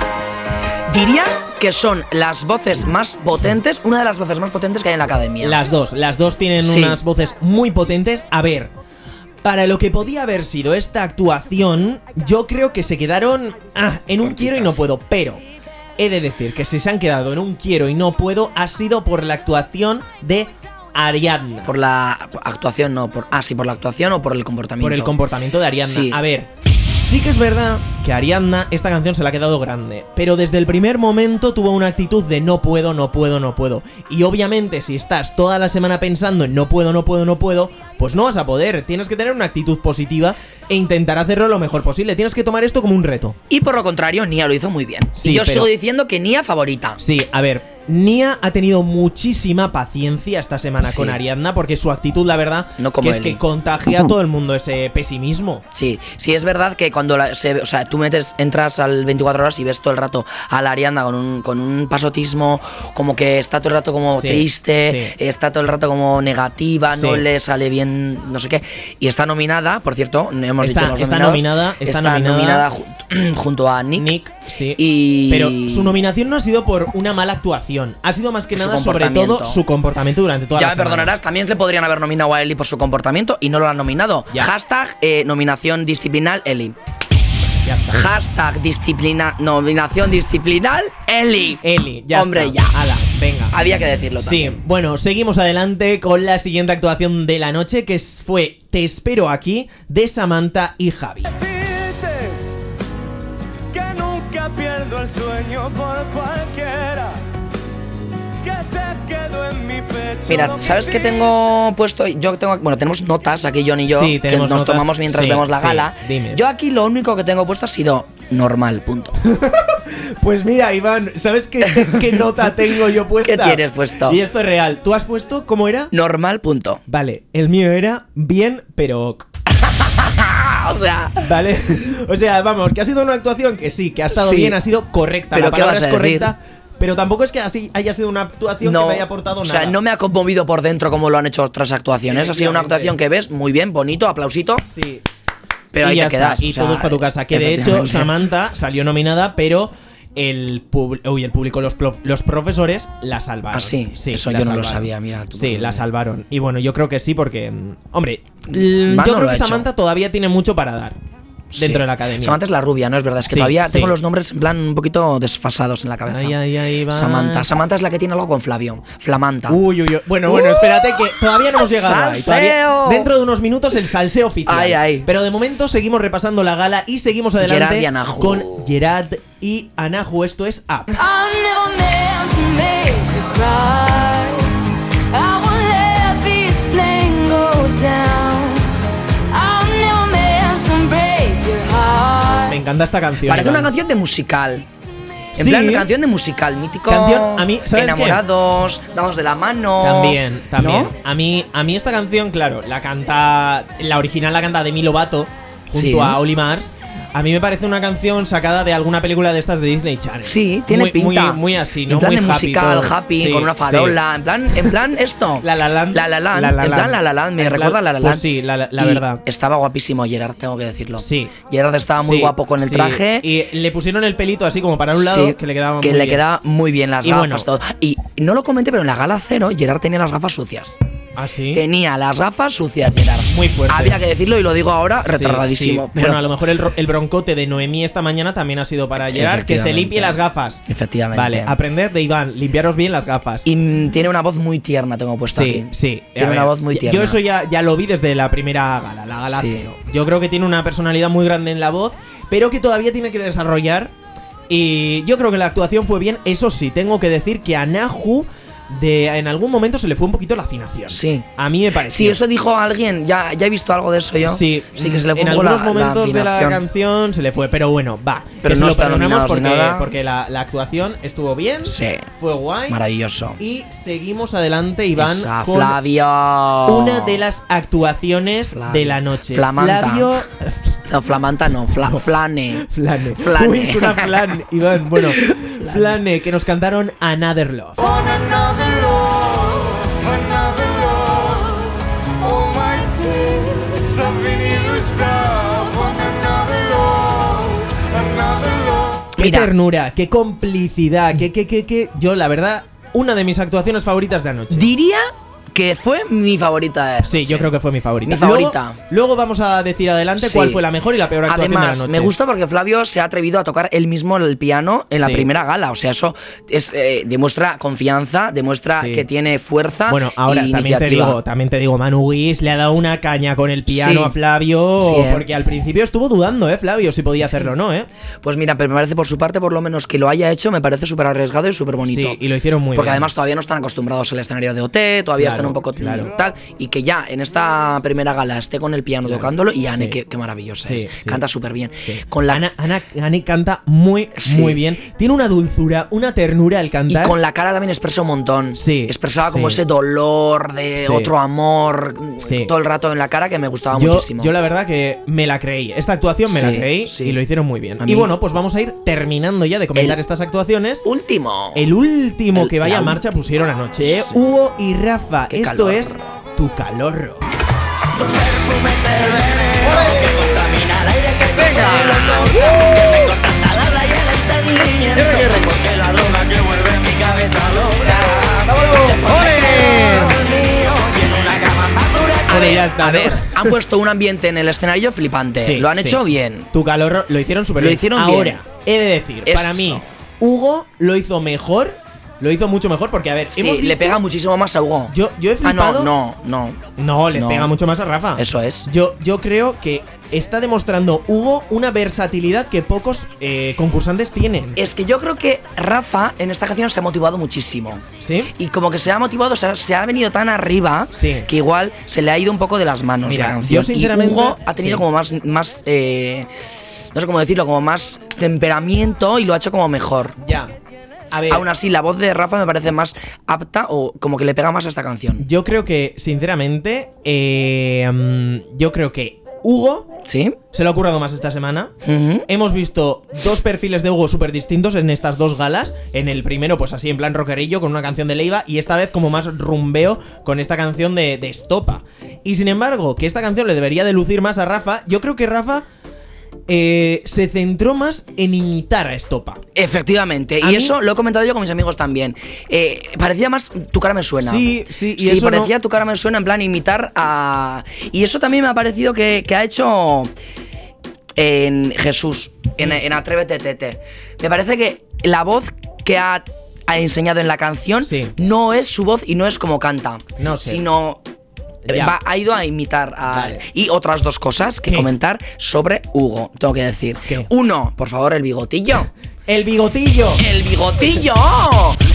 Speaker 2: eh.
Speaker 1: Diría que son las voces más potentes, una de las voces más potentes que hay en la academia.
Speaker 2: Las dos, las dos tienen
Speaker 1: Sí.
Speaker 2: unas voces muy potentes. A ver, para lo que podía haber sido esta actuación, yo creo que se quedaron ah, en un quiero y no puedo, pero he de decir que si se han quedado en un quiero y no puedo ha sido por la actuación de Ariadna.
Speaker 1: Por la actuación, no. Por, ah, sí, por la actuación o por el comportamiento.
Speaker 2: Por el comportamiento de Ariadna.
Speaker 1: Sí.
Speaker 2: A ver, sí que es verdad que Ariadna esta canción se la ha quedado grande, pero desde el primer momento tuvo una actitud de no puedo, no puedo, no puedo. Y obviamente si estás toda la semana pensando en no puedo, no puedo, no puedo, pues no vas a poder. Tienes que tener una actitud positiva e intentar hacerlo lo mejor posible. Tienes que tomar esto como un reto.
Speaker 1: Y por lo contrario, Nia lo hizo muy bien.
Speaker 2: Sí,
Speaker 1: y yo
Speaker 2: pero-
Speaker 1: sigo diciendo que Nia favorita.
Speaker 2: Sí, a ver, Nia ha tenido muchísima paciencia esta semana
Speaker 1: Sí.
Speaker 2: con Ariadna porque su actitud, la verdad,
Speaker 1: No como
Speaker 2: que es
Speaker 1: Eli.
Speaker 2: que contagia a todo el mundo ese pesimismo.
Speaker 1: Sí, sí, es verdad que cuando la- se, o sea, tú metes, entras al 24 horas y ves todo el rato a la Arianda con un, con un pasotismo, como que está todo el rato como
Speaker 2: Sí,
Speaker 1: triste, está todo el rato como negativa, no
Speaker 2: Sí.
Speaker 1: le sale bien, no sé qué. Y está nominada, por cierto, no hemos
Speaker 2: Está-
Speaker 1: dicho los
Speaker 2: está
Speaker 1: nominados,
Speaker 2: nominada- está nominada
Speaker 1: nominada ju- *clears throat* junto a Nick.
Speaker 2: Nick, sí.
Speaker 1: Y-
Speaker 2: Pero su nominación no ha sido por una mala actuación. Ha sido más que
Speaker 1: Su
Speaker 2: nada sobre todo
Speaker 1: comportamiento.
Speaker 2: su comportamiento durante toda
Speaker 1: Ya
Speaker 2: la
Speaker 1: me
Speaker 2: semana.
Speaker 1: perdonarás, también le podrían haber nominado a Eli por su comportamiento y no lo han nominado.
Speaker 2: Ya.
Speaker 1: Hashtag eh, nominación disciplinal Eli.
Speaker 2: Ya está.
Speaker 1: Hashtag disciplina, nominación disciplinal Eli.
Speaker 2: Eli, ya
Speaker 1: Hombre,
Speaker 2: está.
Speaker 1: ya.
Speaker 2: Ala. Venga.
Speaker 1: Había que decirlo.
Speaker 2: Eh, Sí,
Speaker 1: también.
Speaker 2: bueno, seguimos adelante con la siguiente actuación de la noche, que es- fue Te espero aquí, de Samantha y Javi.
Speaker 6: decirte que nunca pierdo el sueño por cualquiera que se quedó en mi pecho.
Speaker 1: Mira, ¿sabes qué tengo puesto? hoy? Yo tengo, bueno, tenemos notas aquí John y yo
Speaker 2: Sí,
Speaker 1: que
Speaker 2: tenemos
Speaker 1: nos
Speaker 2: notas.
Speaker 1: tomamos mientras
Speaker 2: Sí,
Speaker 1: vemos la
Speaker 2: sí,
Speaker 1: gala.
Speaker 2: dime.
Speaker 1: Yo aquí lo único que tengo puesto ha sido normal,
Speaker 2: *laughs*
Speaker 1: punto.
Speaker 2: Pues mira, Iván, ¿sabes qué, qué nota tengo yo
Speaker 1: *laughs*
Speaker 2: puesta?
Speaker 1: ¿Qué tienes puesto?
Speaker 2: Y esto es real. ¿Tú has puesto cómo era?
Speaker 1: Normal, punto.
Speaker 2: Vale, el mío era bien, pero ok.
Speaker 1: Ah, *laughs* o sea,
Speaker 2: ¿Vale? O sea, vamos, que ha sido una actuación que sí, que ha estado
Speaker 1: Sí.
Speaker 2: bien, ha sido correcta,
Speaker 1: Pero
Speaker 2: la
Speaker 1: ¿qué
Speaker 2: palabra
Speaker 1: vas a
Speaker 2: es
Speaker 1: decir?
Speaker 2: correcta, pero tampoco es que así haya sido una actuación que
Speaker 1: no,
Speaker 2: me haya aportado
Speaker 1: o
Speaker 2: nada.
Speaker 1: sea, no me ha conmovido por dentro como lo han hecho otras actuaciones. Ha sido una actuación que ves muy bien, bonito, aplausito,
Speaker 2: Sí.
Speaker 1: pero
Speaker 2: y
Speaker 1: ahí
Speaker 2: ya
Speaker 1: te
Speaker 2: está,
Speaker 1: quedas.
Speaker 2: Y
Speaker 1: o sea,
Speaker 2: todos para tu casa. Que de hecho,
Speaker 1: efectivamente.
Speaker 2: Samantha salió nominada, pero el, pub- uy, el público, los, plo- los profesores la salvaron.
Speaker 1: Ah, sí, eso
Speaker 2: la
Speaker 1: yo no lo
Speaker 2: salvaron.
Speaker 1: sabía, mira, tú no
Speaker 2: Sí,
Speaker 1: lo
Speaker 2: la
Speaker 1: sabías.
Speaker 2: salvaron. Y bueno, yo creo que sí, porque. mm, Hombre, l-
Speaker 1: Mano
Speaker 2: yo creo
Speaker 1: lo ha
Speaker 2: que
Speaker 1: hecho.
Speaker 2: Samantha todavía tiene mucho para dar
Speaker 1: Sí.
Speaker 2: dentro de la academia.
Speaker 1: Samantha es la rubia, ¿no? Es verdad, es que
Speaker 2: Sí,
Speaker 1: todavía
Speaker 2: sí.
Speaker 1: tengo los nombres en plan un poquito desfasados en la cabeza.
Speaker 2: Ay, ay, ay, va.
Speaker 1: Samantha. Samantha es la que tiene algo con Flavio. Flamanta.
Speaker 2: Uy, uy, uy. Bueno, bueno, espérate que todavía no hemos llegado ahí. Todavía-
Speaker 1: ¡Uh! ¡Salseo!
Speaker 2: dentro de unos minutos el salseo oficial.
Speaker 1: Ay, ay.
Speaker 2: Pero de momento seguimos repasando la gala y seguimos adelante
Speaker 1: Gerard y Anahu.
Speaker 2: con Gerard y Anahu. Esto es Up.
Speaker 5: I never meant to make you cry. I won't let this plane go down. I never meant to break your heart.
Speaker 2: Me encanta esta canción.
Speaker 1: Parece una
Speaker 2: Iván.
Speaker 1: canción de musical. En
Speaker 2: Sí.
Speaker 1: plan, canción de musical, mítico.
Speaker 2: Canción, a mí, ¿sabes qué?
Speaker 1: Enamorados, dados de la mano.
Speaker 2: También, también.
Speaker 1: ¿no?
Speaker 2: A mí, a mí esta canción, claro, la canta, la original la canta Demi Lovato junto
Speaker 1: Sí.
Speaker 2: a Oli Mars. A mí me parece una canción sacada de alguna película de estas de Disney Channel.
Speaker 1: Sí, tiene
Speaker 2: muy,
Speaker 1: pinta.
Speaker 2: Muy, muy así, ¿no?
Speaker 1: En plan
Speaker 2: muy
Speaker 1: de
Speaker 2: happy
Speaker 1: musical,
Speaker 2: todo.
Speaker 1: happy,
Speaker 2: Sí,
Speaker 1: con una
Speaker 2: sí.
Speaker 1: farola. En plan, en plan esto.
Speaker 2: *laughs* La La Land.
Speaker 1: La La Land.
Speaker 2: La La
Speaker 1: en plan
Speaker 2: Land.
Speaker 1: La La Land. Me
Speaker 2: En plan-
Speaker 1: recuerda a La La Land.
Speaker 2: pues sí, la- la- la
Speaker 1: Y
Speaker 2: verdad.
Speaker 1: Estaba guapísimo Gerard, tengo que decirlo.
Speaker 2: Sí.
Speaker 1: Gerard estaba muy
Speaker 2: Sí,
Speaker 1: guapo con el
Speaker 2: sí.
Speaker 1: traje.
Speaker 2: Y le pusieron el pelito así como para un lado,
Speaker 1: Sí,
Speaker 2: que le quedaba
Speaker 1: que
Speaker 2: muy
Speaker 1: le
Speaker 2: bien.
Speaker 1: quedaba muy bien las
Speaker 2: Y
Speaker 1: gafas
Speaker 2: bueno.
Speaker 1: todo. Y no lo comenté, pero en la gala cero Gerard tenía las gafas sucias.
Speaker 2: Así.
Speaker 1: Tenía las gafas sucias, Gerard.
Speaker 2: Ah, Muy fuerte.
Speaker 1: Había que decirlo y lo digo ahora
Speaker 2: Sí,
Speaker 1: retardadísimo.
Speaker 2: sí.
Speaker 1: Pero
Speaker 2: Bueno, a lo mejor el, ro- el broncote de Noemí esta mañana también ha sido para Gerard, que se
Speaker 1: E- Efectivamente.
Speaker 2: limpie las gafas.
Speaker 1: Efectivamente.
Speaker 2: Vale, aprended de Iván, limpiaros bien las gafas.
Speaker 1: Y mm, tiene una voz muy tierna, tengo puesto
Speaker 2: sí,
Speaker 1: aquí.
Speaker 2: sí. a
Speaker 1: Tiene
Speaker 2: ver,
Speaker 1: una voz muy tierna.
Speaker 2: Yo eso ya, ya lo vi desde la primera gala, la gala
Speaker 1: Sí.
Speaker 2: cero. Yo creo que tiene una personalidad muy grande en la voz, pero que todavía tiene que desarrollar. Y yo creo que la actuación fue bien. Eso sí, tengo que decir que a Nahu de, en algún momento se le fue un poquito la afinación.
Speaker 1: Sí.
Speaker 2: A mí me pareció.
Speaker 1: Sí, eso dijo alguien. Ya, ya he visto algo de eso yo.
Speaker 2: Sí,
Speaker 1: sí que se le fue
Speaker 2: en
Speaker 1: un poco
Speaker 2: algunos
Speaker 1: la- la
Speaker 2: momentos de la
Speaker 1: afinación.
Speaker 2: canción se le fue, pero bueno, va.
Speaker 1: Pero
Speaker 2: que
Speaker 1: no
Speaker 2: se lo
Speaker 1: está
Speaker 2: perdonamos
Speaker 1: nominado
Speaker 2: porque,
Speaker 1: ni nada.
Speaker 2: porque la, la actuación estuvo bien,
Speaker 1: Sí.
Speaker 2: fue guay.
Speaker 1: Maravilloso.
Speaker 2: Y seguimos adelante, Iván,
Speaker 1: Esa
Speaker 2: con
Speaker 1: Flavio.
Speaker 2: una de las actuaciones
Speaker 1: Flavio.
Speaker 2: de la noche.
Speaker 1: Flamanta.
Speaker 2: Flavio eh,
Speaker 1: No, Flamanta no, Fla- Flane.
Speaker 2: Flane.
Speaker 1: Flane.
Speaker 2: Uy, suena a Flan, Iván. Bueno, Flane, que nos cantaron Another Love.
Speaker 6: On another love, another love.
Speaker 4: Oh,
Speaker 6: All my tears have been used up. On another love, another love.
Speaker 2: Qué
Speaker 1: Mira.
Speaker 2: ternura, qué complicidad, qué, qué, qué, qué. Yo, la verdad, una de mis actuaciones favoritas de anoche.
Speaker 1: Diría que fue mi favorita de
Speaker 2: Sí, yo creo que fue mi favorita.
Speaker 1: Mi favorita.
Speaker 2: Luego, luego vamos a decir adelante
Speaker 1: Sí.
Speaker 2: cuál fue la mejor y la peor actuación
Speaker 1: Además,
Speaker 2: de la noche.
Speaker 1: me gusta porque Flavio se ha atrevido a tocar él mismo el piano en la
Speaker 2: Sí.
Speaker 1: primera gala. O sea, eso es, eh, demuestra confianza, demuestra
Speaker 2: Sí.
Speaker 1: que tiene fuerza.
Speaker 2: Bueno, ahora
Speaker 1: e
Speaker 2: también te
Speaker 1: iniciativa.
Speaker 2: digo, también te digo, Manu Guis le ha dado una caña con el piano
Speaker 1: Sí.
Speaker 2: a Flavio,
Speaker 1: Sí, eh.
Speaker 2: porque al principio estuvo dudando, eh, Flavio, si podía hacerlo o no, eh.
Speaker 1: Pues mira, pero me parece por su parte, por lo menos que lo haya hecho, me parece súper arriesgado y súper bonito.
Speaker 2: Sí, y lo hicieron muy
Speaker 1: Porque
Speaker 2: bien.
Speaker 1: además todavía no están acostumbrados al escenario de OT, todavía están
Speaker 2: Claro,
Speaker 1: un poco
Speaker 2: claro.
Speaker 1: tal. Y que ya en esta primera gala esté con el piano tocándolo y Anne,
Speaker 2: Sí.
Speaker 1: qué, qué maravillosa
Speaker 2: Sí,
Speaker 1: es.
Speaker 2: sí.
Speaker 1: Canta súper bien.
Speaker 2: Sí.
Speaker 1: Con la,
Speaker 2: Ana, Ana, Ana canta muy,
Speaker 1: Sí.
Speaker 2: muy bien. Tiene una dulzura, una ternura al
Speaker 1: Y
Speaker 2: cantar.
Speaker 1: con la cara también expresa un montón.
Speaker 2: Sí,
Speaker 1: Expresaba como
Speaker 2: sí.
Speaker 1: ese dolor de
Speaker 2: Sí.
Speaker 1: otro amor mm,
Speaker 2: Sí.
Speaker 1: todo el rato en la cara que me gustaba
Speaker 2: yo,
Speaker 1: muchísimo.
Speaker 2: yo la verdad que me la creí. Esta actuación me la
Speaker 1: Sí,
Speaker 2: creí
Speaker 1: sí.
Speaker 2: y lo hicieron muy bien.
Speaker 1: A
Speaker 2: Y
Speaker 1: mí-
Speaker 2: bueno, pues vamos a ir terminando ya de comentar
Speaker 1: El-
Speaker 2: estas actuaciones.
Speaker 1: Último.
Speaker 2: El último
Speaker 1: El-
Speaker 2: que vaya
Speaker 1: la
Speaker 2: a
Speaker 1: ul-
Speaker 2: marcha pusieron anoche, ¿eh?
Speaker 1: Sí.
Speaker 2: Hugo y Rafa.
Speaker 1: Qué
Speaker 2: Esto
Speaker 1: calor.
Speaker 2: es tu calorro.
Speaker 1: a ver,
Speaker 2: ya está,
Speaker 1: a
Speaker 2: ¿no?
Speaker 1: ver, han puesto un ambiente en el escenario flipante.
Speaker 2: Sí,
Speaker 1: Eh, lo han
Speaker 2: sí.
Speaker 1: hecho bien.
Speaker 2: Tu calorro lo hicieron súper
Speaker 1: Lo
Speaker 2: bien.
Speaker 1: hicieron
Speaker 2: Ahora,
Speaker 1: bien.
Speaker 2: he de decir,
Speaker 1: Eso.
Speaker 2: para mí, Hugo lo hizo mejor. lo hizo mucho mejor porque, a ver,
Speaker 1: Sí,
Speaker 2: hemos
Speaker 1: le
Speaker 2: visto-
Speaker 1: pega muchísimo más a Hugo.
Speaker 2: Yo, yo he
Speaker 1: ah, no,
Speaker 2: flipado.
Speaker 1: no, no.
Speaker 2: No, le
Speaker 1: No.
Speaker 2: pega mucho más a Rafa.
Speaker 1: Eso es.
Speaker 2: Yo, yo creo que está demostrando Hugo una versatilidad que pocos eh, concursantes tienen.
Speaker 1: Es que yo creo que Rafa en esta canción se ha motivado muchísimo.
Speaker 2: ¿Sí?
Speaker 1: Y como que se ha motivado, se ha, se ha venido tan arriba
Speaker 2: Sí.
Speaker 1: que igual se le ha ido un poco de las manos
Speaker 2: Mira,
Speaker 1: la canción.
Speaker 2: yo sinceramente-
Speaker 1: y Hugo ha tenido
Speaker 2: sí.
Speaker 1: como más, más eh, no sé cómo decirlo, como más temperamento y lo ha hecho como mejor.
Speaker 2: Ya. A ver,
Speaker 1: Aún así, la voz de Rafa me parece más apta o como que le pega más a esta canción.
Speaker 2: yo creo que, sinceramente, eh, mm, yo creo que Hugo
Speaker 1: ¿Sí?
Speaker 2: se lo ha currado más esta semana.
Speaker 1: Ujú.
Speaker 2: Hemos visto dos perfiles de Hugo súper distintos en estas dos galas. En el primero, pues así, en plan rockerillo, con una canción de Leiva, y esta vez como más rumbeo con esta canción de, de Estopa. Y sin embargo, que esta canción le debería de lucir más a Rafa, yo creo que Rafa eh, se centró más en imitar a Estopa.
Speaker 1: Efectivamente,
Speaker 2: A
Speaker 1: y
Speaker 2: mí-
Speaker 1: eso lo he comentado yo con mis amigos también. Eh, parecía más tu cara me suena.
Speaker 2: Sí, sí, y
Speaker 1: sí
Speaker 2: eso no-
Speaker 1: parecía tu cara me suena en plan imitar a. Y eso también me ha parecido que, que ha hecho en Jesús, en, en Atrévete Tete. Me parece que la voz que ha, ha enseñado en la canción
Speaker 2: Sí.
Speaker 1: no es su voz y no es como canta,
Speaker 2: No sé.
Speaker 1: sino. eh,
Speaker 2: Ya.
Speaker 1: va- ha ido a imitar a.
Speaker 2: Vale.
Speaker 1: Y otras dos cosas que
Speaker 2: ¿Qué?
Speaker 1: comentar sobre Hugo, tengo que decir.
Speaker 2: ¿Qué?
Speaker 1: Uno, por favor, el bigotillo.
Speaker 2: ¡El bigotillo!
Speaker 1: El bigotillo,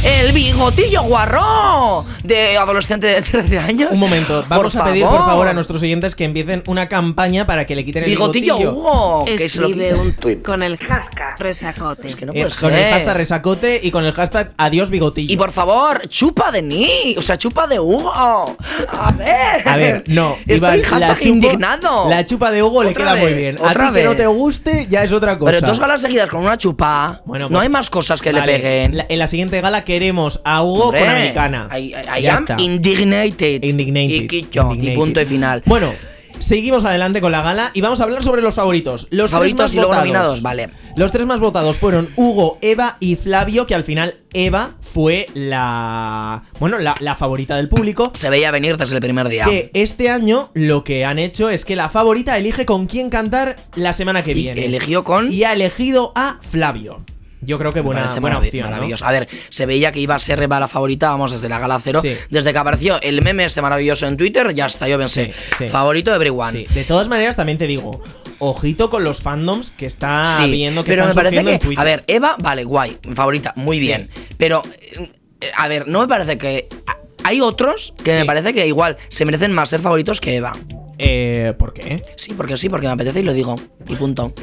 Speaker 1: el bigotillo guarro de adolescente de 13 años.
Speaker 2: Un momento, vamos a pedir por favor a nuestros oyentes que empiecen una campaña para que le quiten el bigotillo. Eh,
Speaker 1: bigotillo, Hugo, oh, que se lo
Speaker 3: Escribe
Speaker 1: quite.
Speaker 3: un tuit con el hashtag resacote.
Speaker 1: Es que no
Speaker 2: Eh,
Speaker 1: puede
Speaker 2: con el
Speaker 1: ser.
Speaker 2: hashtag resacote y con el hashtag adiós bigotillo.
Speaker 1: Y por favor, chupa de mí, o sea, chupa de Hugo. A ver. *laughs*
Speaker 2: A ver, no,
Speaker 1: Estoy
Speaker 2: Iván, la
Speaker 1: hashtag
Speaker 2: chupa,
Speaker 1: indignado.
Speaker 2: La chupa de Hugo le
Speaker 1: Otra
Speaker 2: queda muy
Speaker 1: vez,
Speaker 2: bien. A
Speaker 1: otra
Speaker 2: ti que no
Speaker 1: vez.
Speaker 2: te guste ya es otra cosa.
Speaker 1: Pero dos galas seguidas con una chupa.
Speaker 2: Bueno,
Speaker 1: no
Speaker 2: pues-
Speaker 1: hay más cosas que
Speaker 2: Vale,
Speaker 1: le peguen.
Speaker 2: la- en la siguiente gala queremos a Hugo
Speaker 1: Hombre,
Speaker 2: con americana.
Speaker 1: I, I- I
Speaker 2: Ya
Speaker 1: am
Speaker 2: está.
Speaker 1: indignated.
Speaker 2: Indignated.
Speaker 1: Y quicho,
Speaker 2: Indignated.
Speaker 1: y punto y final.
Speaker 2: Bueno, seguimos adelante con la gala y vamos a hablar sobre los favoritos. Los
Speaker 1: Favoritos
Speaker 2: tres más
Speaker 1: y luego
Speaker 2: votados.
Speaker 1: nominados, vale.
Speaker 2: Los tres más votados fueron Hugo, Eva y Flavio, que al final Eva fue la. Bueno, la, la favorita del público.
Speaker 1: Se veía venir desde el primer día.
Speaker 2: Que este año lo que han hecho es que la favorita elige con quién cantar la semana que
Speaker 1: Y
Speaker 2: viene.
Speaker 1: eligió con-
Speaker 2: Y ha elegido a Flavio. Yo creo que
Speaker 1: Me
Speaker 2: buena,
Speaker 1: parece
Speaker 2: buena
Speaker 1: maravi-
Speaker 2: opción. ¿no?
Speaker 1: maravilloso. A ver, se veía que iba a ser Reba la favorita, vamos, desde la gala cero.
Speaker 2: Sí.
Speaker 1: Desde que apareció el meme ese maravilloso en Twitter, ya está, yo pensé.
Speaker 2: Sí, sí.
Speaker 1: Favorito de everyone.
Speaker 2: Sí, de todas maneras también te digo, ojito con los fandoms que está
Speaker 1: Sí,
Speaker 2: Ah, viendo que
Speaker 1: pero
Speaker 2: están
Speaker 1: me parece
Speaker 2: surgiendo en
Speaker 1: que,
Speaker 2: Twitter.
Speaker 1: a ver, Eva, vale, guay, favorita, muy bien. Pero, eh, a ver, no me parece que. a- Hay otros que
Speaker 2: Sí.
Speaker 1: me parece que igual se merecen más ser favoritos que Eva.
Speaker 2: Eh, ¿por
Speaker 1: *laughs*
Speaker 2: qué?
Speaker 1: Sí, porque sí, porque me apetece y lo digo. Y
Speaker 2: *laughs*
Speaker 1: punto.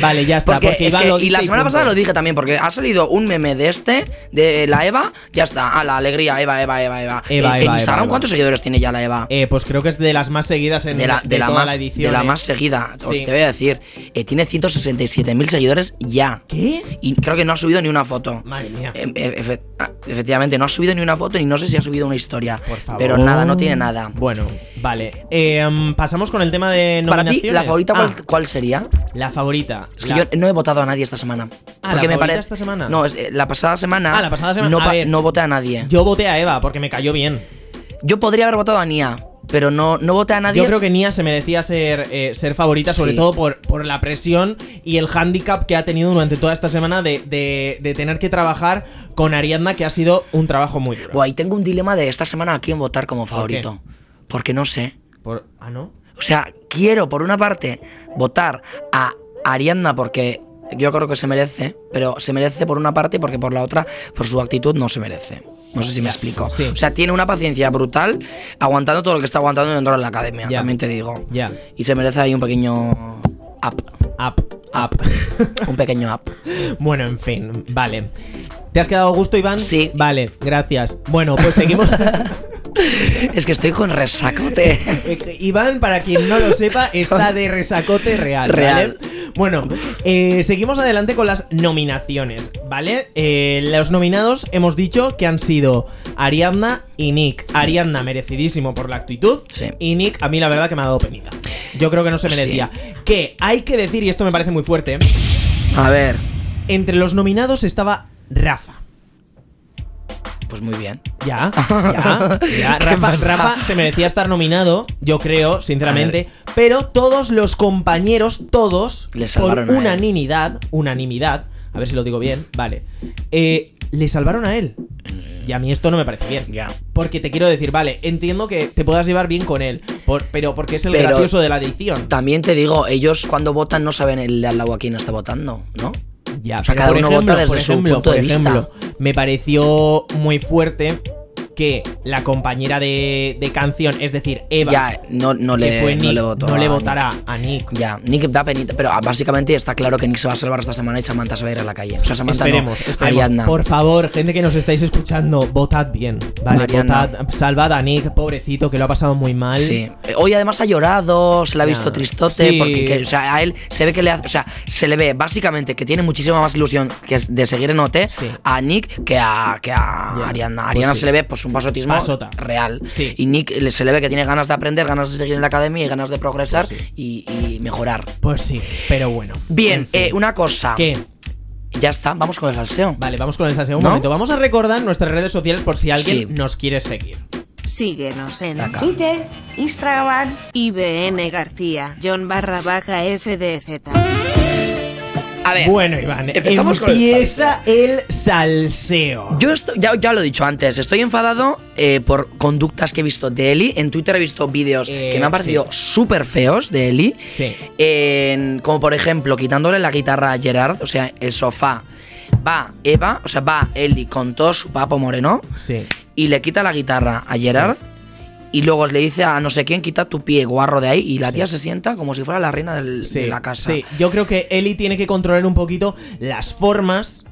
Speaker 2: Vale, ya está, porque
Speaker 1: es
Speaker 2: Iván
Speaker 1: que-
Speaker 2: lo
Speaker 1: y la
Speaker 2: dice y
Speaker 1: semana
Speaker 2: punto.
Speaker 1: pasada lo dije también, porque ha salido un meme de este, de la Eva, ya está. A la alegría, Eva, Eva, Eva, Eva.
Speaker 2: Eva,
Speaker 1: en, en
Speaker 2: Eva,
Speaker 1: Instagram,
Speaker 2: Eva, Eva.
Speaker 1: ¿cuántos seguidores tiene ya la Eva?
Speaker 2: Eh, pues creo que es de las más seguidas en
Speaker 1: de la, de la
Speaker 2: toda
Speaker 1: más,
Speaker 2: la edición.
Speaker 1: de la
Speaker 2: ¿eh?
Speaker 1: más seguida,
Speaker 2: Sí.
Speaker 1: te voy a decir. Eh, tiene 167.000 seguidores ya.
Speaker 2: ¿Qué?
Speaker 1: Y creo que no ha subido ni una foto.
Speaker 2: Madre mía.
Speaker 1: Eh, eh, efe- ah, efectivamente, no ha subido ni una foto y no sé si ha subido una historia.
Speaker 2: Por favor.
Speaker 1: Pero nada, no tiene nada.
Speaker 2: Bueno, vale. Eh, mm, pasamos con el tema de
Speaker 1: Para ti,
Speaker 2: nominaciones.
Speaker 1: ¿la favorita
Speaker 2: Ah,
Speaker 1: cuál, cuál sería?
Speaker 2: La favorita.
Speaker 1: Es que
Speaker 2: La-
Speaker 1: yo no he votado a nadie esta semana.
Speaker 2: Ah, ¿la favorita esta semana?
Speaker 1: No, es, eh, la pasada semana.
Speaker 2: Ah, la pasada semana.
Speaker 1: No,
Speaker 2: A
Speaker 1: pa-
Speaker 2: ver.
Speaker 1: no voté a nadie. Yo,
Speaker 2: yo voté a Eva porque me cayó bien.
Speaker 1: podría haber votado a Nia, pero no, no voté a nadie.
Speaker 2: Yo creo que Nia se merecía ser, eh, ser favorita, sobre
Speaker 1: Sí.
Speaker 2: todo por, por la presión y el hándicap que ha tenido durante toda esta semana de, de- de tener que trabajar con Ariadna, que ha sido un trabajo muy duro.
Speaker 1: Guay, tengo un dilema de esta semana a quién votar como favorito. Porque no sé.
Speaker 2: Por- ah, ¿no?
Speaker 1: O sea, quiero, por una parte, votar a Ariadna porque yo creo que se merece, pero se merece por una parte porque por la otra, por su actitud, no se merece. No sé si me explico.
Speaker 2: sí.
Speaker 1: O sea, tiene una paciencia brutal aguantando todo lo que está aguantando dentro de la academia,
Speaker 2: Ya.
Speaker 1: también te digo.
Speaker 2: Ya.
Speaker 1: Y se merece ahí un pequeño up.
Speaker 2: Up,
Speaker 1: *laughs*
Speaker 2: up.
Speaker 1: Un pequeño up.
Speaker 2: bueno, en fin, vale. ¿Te has quedado a gusto, Iván?
Speaker 1: Sí.
Speaker 2: Vale, gracias. Bueno,
Speaker 1: *laughs*
Speaker 2: pues seguimos.
Speaker 1: Es que estoy con
Speaker 2: *laughs*
Speaker 1: resacote.
Speaker 2: Eh, Iván, para quien no
Speaker 1: *laughs*
Speaker 2: lo sepa, está de resacote real. ¿vale?
Speaker 1: Real.
Speaker 2: Bueno, eh, seguimos adelante con las nominaciones, ¿vale? Eh, los nominados hemos dicho que han sido Ariadna y Nick. Ariadna merecidísimo por la actitud
Speaker 1: Sí.
Speaker 2: y Nick a mí la verdad que me ha dado penita. Yo creo que no se
Speaker 1: Sí.
Speaker 2: merecía. Que hay que decir, y esto me parece muy fuerte,
Speaker 1: A ver.
Speaker 2: entre los nominados estaba Rafa.
Speaker 1: Pues muy bien. *laughs*
Speaker 2: Ya, ya, ya.
Speaker 1: ¿Qué
Speaker 2: Rafa,
Speaker 1: pasa?
Speaker 2: Rafa se merecía estar nominado, yo creo, sinceramente. Pero todos los compañeros, todos,
Speaker 1: Le
Speaker 2: por
Speaker 1: salvaron a él.
Speaker 2: unanimidad, unanimidad, a ver si lo digo bien, vale, eh, le salvaron a él. Y a mí esto no me parece bien.
Speaker 1: Ya.
Speaker 2: Porque te quiero decir, vale, entiendo que te puedas llevar bien con él, por- pero porque es el
Speaker 1: Pero-
Speaker 2: gracioso de la adicción.
Speaker 1: También te digo, ellos cuando votan no saben el de al lado a quién está votando, ¿no?
Speaker 2: Ya,
Speaker 1: O sea, cada uno vota desde su punto de vista.
Speaker 2: me pareció muy fuerte que la compañera de, de canción, es decir, Eva,
Speaker 1: Ya, no, no,
Speaker 2: que
Speaker 1: le,
Speaker 2: fue
Speaker 1: no
Speaker 2: Nick,
Speaker 1: le votó.
Speaker 2: no le
Speaker 1: a Nick.
Speaker 2: votará a Nick.
Speaker 1: Ya, Nick da penita, pero ah, básicamente está claro que Nick se va a salvar esta semana y Samantha se va a ir a la calle. O sea, Samantha no,
Speaker 2: Esperemos, esperemos.
Speaker 1: Ariadna.
Speaker 2: Por favor, gente que nos estáis escuchando, votad bien. Vale,
Speaker 1: Mariana.
Speaker 2: votad. Salvad a Nick, pobrecito, que lo ha pasado muy mal.
Speaker 1: Sí. Eh, Hoy además ha llorado, se le ha
Speaker 2: Ya.
Speaker 1: visto tristote,
Speaker 2: Sí.
Speaker 1: porque que- o sea, a él se ve que le hace, o sea, se le ve básicamente que tiene muchísima más ilusión que es- de seguir en OT
Speaker 2: Sí.
Speaker 1: a Nick que a, que a
Speaker 2: Ya,
Speaker 1: Ariana.
Speaker 2: pues
Speaker 1: Ariana
Speaker 2: sí.
Speaker 1: se le ve pues un pasotismo
Speaker 2: Pasota.
Speaker 1: real.
Speaker 2: Sí.
Speaker 1: Y Nick le- se le ve que tiene ganas de aprender, ganas de seguir en la academia y ganas de progresar y, y mejorar.
Speaker 2: Pues sí, pero bueno.
Speaker 1: Bien,
Speaker 2: En fin.
Speaker 1: eh, una cosa.
Speaker 2: ¿Qué?
Speaker 1: Ya está, vamos con el salseo.
Speaker 2: Vale, vamos con el salseo. Un
Speaker 1: ¿No?
Speaker 2: momento. Vamos a recordar nuestras redes sociales por si alguien
Speaker 1: Sí.
Speaker 2: nos quiere seguir.
Speaker 3: Síguenos en
Speaker 1: Acá.
Speaker 4: Twitter, Instagram,
Speaker 3: IBN García, John barra baja FDZ.
Speaker 1: A ver.
Speaker 2: Bueno, Iván,
Speaker 1: empezamos con el
Speaker 2: empieza el salseo.
Speaker 1: Yo esto- ya, ya lo he dicho antes, estoy enfadado eh, por conductas que he visto de Eli. En Twitter he visto vídeos
Speaker 2: Eh,
Speaker 1: que me han parecido súper feos de Eli.
Speaker 2: Sí.
Speaker 1: En- como por ejemplo, quitándole la guitarra a Gerard, o sea, el sofá. Va Eva, o sea, va Eli con todo su papo moreno
Speaker 2: Sí.
Speaker 1: y le quita la guitarra a Gerard. Y luego le dice a no sé quién, quita tu pie guarro de ahí. Y la tía se sienta como si fuera la reina del-
Speaker 2: Sí,
Speaker 1: de la casa.
Speaker 2: sí. yo creo que Eli tiene que controlar un poquito las formas.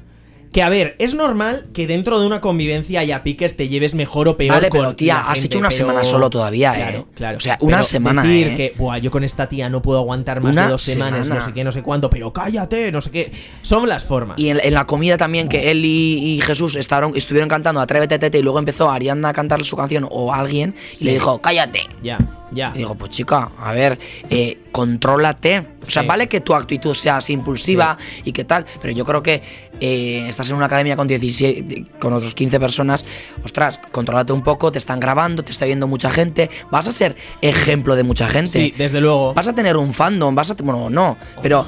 Speaker 2: Que a ver, es normal que dentro de una convivencia haya piques, te lleves mejor o peor.
Speaker 1: Vale,
Speaker 2: con
Speaker 1: pero tía,
Speaker 2: la
Speaker 1: has
Speaker 2: gente,
Speaker 1: hecho una
Speaker 2: pero-
Speaker 1: semana solo todavía, ¿eh?
Speaker 2: claro, Claro,
Speaker 1: O sea, una
Speaker 2: Pero
Speaker 1: semana,
Speaker 2: Decir
Speaker 1: ¿eh?
Speaker 2: que, buah, yo con esta tía no puedo aguantar más
Speaker 1: Una
Speaker 2: de dos semanas,
Speaker 1: semana.
Speaker 2: no sé qué, no sé cuánto, pero cállate, no sé qué. Son las formas.
Speaker 1: Y en, en la comida también, que él y, y Jesús estaron, estuvieron cantando Atrévete, Tete, y luego empezó Ariana a cantarle su canción o alguien, y
Speaker 2: Sí.
Speaker 1: le dijo, cállate.
Speaker 2: Ya, ya.
Speaker 1: Y digo, pues chica, a ver, eh, contrólate. O sea,
Speaker 2: Sí.
Speaker 1: vale que tu actitud seas impulsiva y que tal, pero yo creo que eh, estás en una academia con 17, con otros 15 personas, ostras, contrólate un poco, te están grabando, te está viendo mucha gente, vas a ser ejemplo de mucha gente.
Speaker 2: sí, desde luego.
Speaker 1: Vas a tener un fandom, vas a. te- Bueno, no, pero.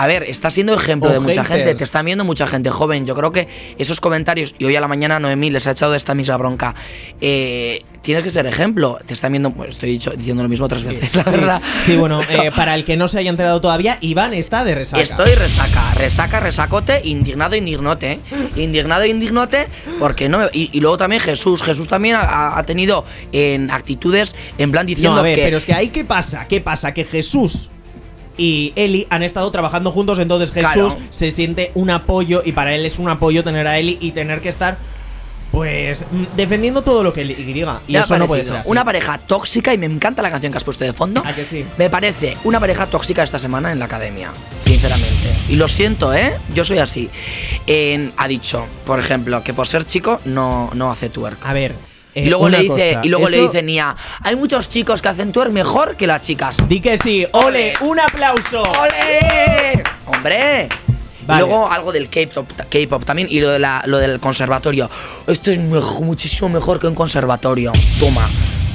Speaker 1: A ver, estás siendo ejemplo
Speaker 2: O
Speaker 1: de mucha gente,
Speaker 2: haters.
Speaker 1: te están viendo mucha gente joven. Yo creo que esos comentarios, y hoy a la mañana Noemí les ha echado esta misma bronca. eh, tienes que ser ejemplo, te están viendo. bueno, estoy dicho- diciendo lo mismo otras veces, la
Speaker 2: Sí,
Speaker 1: verdad.
Speaker 2: sí, bueno, eh, para el que no se haya enterado todavía, Iván está de resaca.
Speaker 1: Estoy resaca, resaca, resacote, indignado, indignote. Indignado, indignote, porque no me- y, y luego también Jesús. Jesús también ha, ha tenido en actitudes en plan diciendo
Speaker 2: No, a ver,
Speaker 1: que.
Speaker 2: pero es que ahí qué pasa, qué pasa, que Jesús y Eli han estado trabajando juntos, entonces Jesús
Speaker 1: Claro.
Speaker 2: se siente un apoyo y para él es un apoyo tener a Eli y tener que estar, pues, mm, defendiendo todo lo que Eli diga. Y
Speaker 1: Me ha
Speaker 2: eso no puede
Speaker 1: parecido
Speaker 2: ser así.
Speaker 1: Una pareja tóxica y me encanta la canción que has puesto de fondo.
Speaker 2: ¿A que sí?
Speaker 1: Me parece una pareja tóxica esta semana en la academia, sinceramente. Y lo siento, ¿eh? Yo soy así. En- ha dicho, por ejemplo, que por ser chico no, no hace twerk.
Speaker 2: a ver. eh,
Speaker 1: y luego
Speaker 2: una
Speaker 1: le dice,
Speaker 2: cosa,
Speaker 1: y luego le
Speaker 2: eso-
Speaker 1: dice Nia, hay muchos chicos que hacen twerk mejor que las chicas.
Speaker 2: Di que sí, ole, un aplauso.
Speaker 1: ¡Ole! ¡Hombre!
Speaker 2: Vale.
Speaker 1: Y luego algo del K-pop K-pop también y lo, de la- lo del conservatorio. Esto es mejo- muchísimo mejor que un conservatorio. Toma.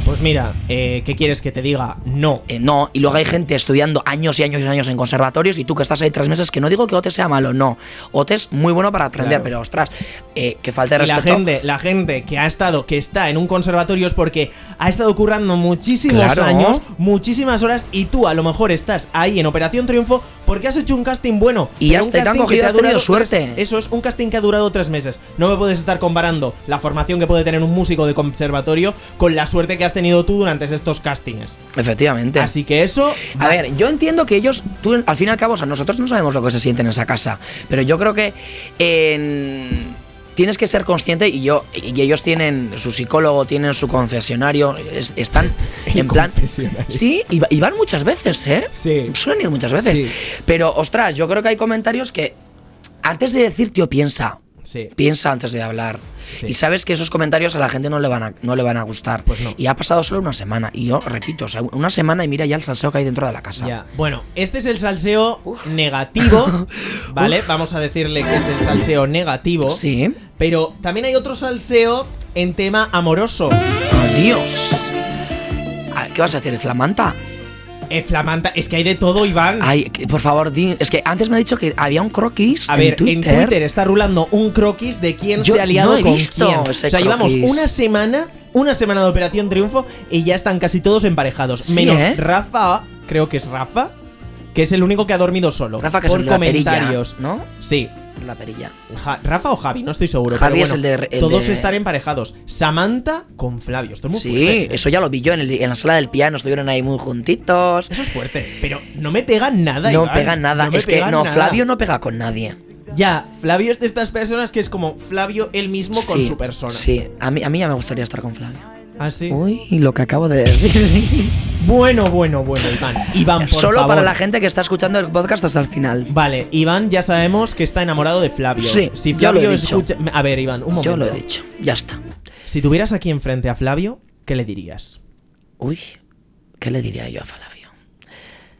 Speaker 2: Pues mira, eh, ¿qué quieres que te diga? No.
Speaker 1: Eh, no, y luego hay gente estudiando años y años y años en conservatorios y tú que estás ahí tres meses, que no digo que OTE sea malo, no. OTE es muy bueno para aprender,
Speaker 2: Claro.
Speaker 1: pero ostras, eh, que falta de
Speaker 2: Y la
Speaker 1: respeto.
Speaker 2: gente, la gente que ha estado, que está en un conservatorio es porque ha estado currando muchísimos
Speaker 1: Claro.
Speaker 2: años, muchísimas horas, y tú a lo mejor estás ahí en Operación Triunfo porque has hecho un casting bueno.
Speaker 1: Y ya
Speaker 2: pero un
Speaker 1: está, y te han
Speaker 2: casting que
Speaker 1: cogido, has tenido
Speaker 2: durado
Speaker 1: suerte.
Speaker 2: tres- eso es un casting que ha durado tres meses. No me puedes estar comparando la formación que puede tener un músico de conservatorio con la suerte que has tenido tú durante estos castings.
Speaker 1: Efectivamente.
Speaker 2: Así que eso.
Speaker 1: A ver, yo entiendo que ellos, tú, al fin y al cabo, o sea, nosotros no sabemos lo que se siente en esa casa, pero yo creo que en- tienes que ser consciente y yo y ellos tienen su psicólogo, tienen su concesionario, es- están
Speaker 2: *laughs* El
Speaker 1: en plan...
Speaker 2: confesionario.
Speaker 1: Sí, y, va- y van muchas veces, ¿eh?
Speaker 2: Sí.
Speaker 1: Suelen ir muchas veces.
Speaker 2: Sí.
Speaker 1: Pero, ostras, yo creo que hay comentarios que, antes de decir, tío, piensa.
Speaker 2: Sí.
Speaker 1: Piensa antes de hablar.
Speaker 2: Sí.
Speaker 1: Y sabes que esos comentarios a la gente no le van a, no le van a gustar.
Speaker 2: Pues no.
Speaker 1: Y ha pasado solo una semana. Y yo repito, o sea, una semana y mira ya el salseo que hay dentro de la casa.
Speaker 2: Ya. Bueno, este es el salseo
Speaker 1: *laughs*
Speaker 2: negativo, ¿vale? Vamos a decirle que es el salseo negativo.
Speaker 1: Sí.
Speaker 2: Pero también hay otro salseo en tema amoroso.
Speaker 1: Ah, Adiós. ¿Qué vas a hacer, Flamanta?
Speaker 2: eh, flamanta. Es que hay de todo, Iván.
Speaker 1: Ay, que- por favor, di- es que antes me ha dicho que había un croquis
Speaker 2: A ver,
Speaker 1: en Twitter.
Speaker 2: está rulando un croquis de quién
Speaker 1: Yo
Speaker 2: se ha liado
Speaker 1: no he
Speaker 2: con
Speaker 1: visto
Speaker 2: quién. O
Speaker 1: ese
Speaker 2: sea, llevamos
Speaker 1: croquis.
Speaker 2: una semana, una semana de Operación Triunfo y ya están casi todos emparejados.
Speaker 1: Sí,
Speaker 2: menos
Speaker 1: ¿eh?
Speaker 2: Rafa, creo que es Rafa, que es el único que ha dormido solo.
Speaker 1: Rafa, que es
Speaker 2: por
Speaker 1: el de la
Speaker 2: comentarios.
Speaker 1: perilla, ¿no?
Speaker 2: Sí.
Speaker 1: La perilla.
Speaker 2: Ja- Rafa o Javi, no estoy seguro.
Speaker 1: Javi
Speaker 2: pero
Speaker 1: es
Speaker 2: bueno,
Speaker 1: el de- el
Speaker 2: todos
Speaker 1: de-
Speaker 2: están emparejados. Samantha con Flavio. Esto es muy
Speaker 1: Sí,
Speaker 2: fuerte. ¿eh?
Speaker 1: eso ya lo vi yo en, el- en la sala del piano, estuvieron ahí muy juntitos.
Speaker 2: Eso es fuerte. Pero no me pega nada.
Speaker 1: No
Speaker 2: Iván.
Speaker 1: pega nada,
Speaker 2: No me
Speaker 1: es que
Speaker 2: pega
Speaker 1: no,
Speaker 2: nada.
Speaker 1: Flavio no pega con nadie.
Speaker 2: Ya, Flavio es de estas personas que es como Flavio él mismo con
Speaker 1: Sí,
Speaker 2: su persona.
Speaker 1: Sí, a mí, a mí ya me gustaría estar con Flavio.
Speaker 2: Así.
Speaker 1: Uy, lo que acabo de decir.
Speaker 2: Bueno, bueno, bueno, Iván. Iván, *laughs* por
Speaker 1: Solo para
Speaker 2: favor.
Speaker 1: la gente que está escuchando el podcast hasta el final.
Speaker 2: Vale, Iván ya sabemos que está enamorado de Flavio.
Speaker 1: Sí,
Speaker 2: si
Speaker 1: ya lo
Speaker 2: Flavio
Speaker 1: he dicho.
Speaker 2: escucha. A ver, Iván, un momento.
Speaker 1: Yo lo he dicho, ya está.
Speaker 2: Si tuvieras aquí enfrente a Flavio, ¿qué le dirías?
Speaker 1: Uy, ¿qué le diría yo a Flavio?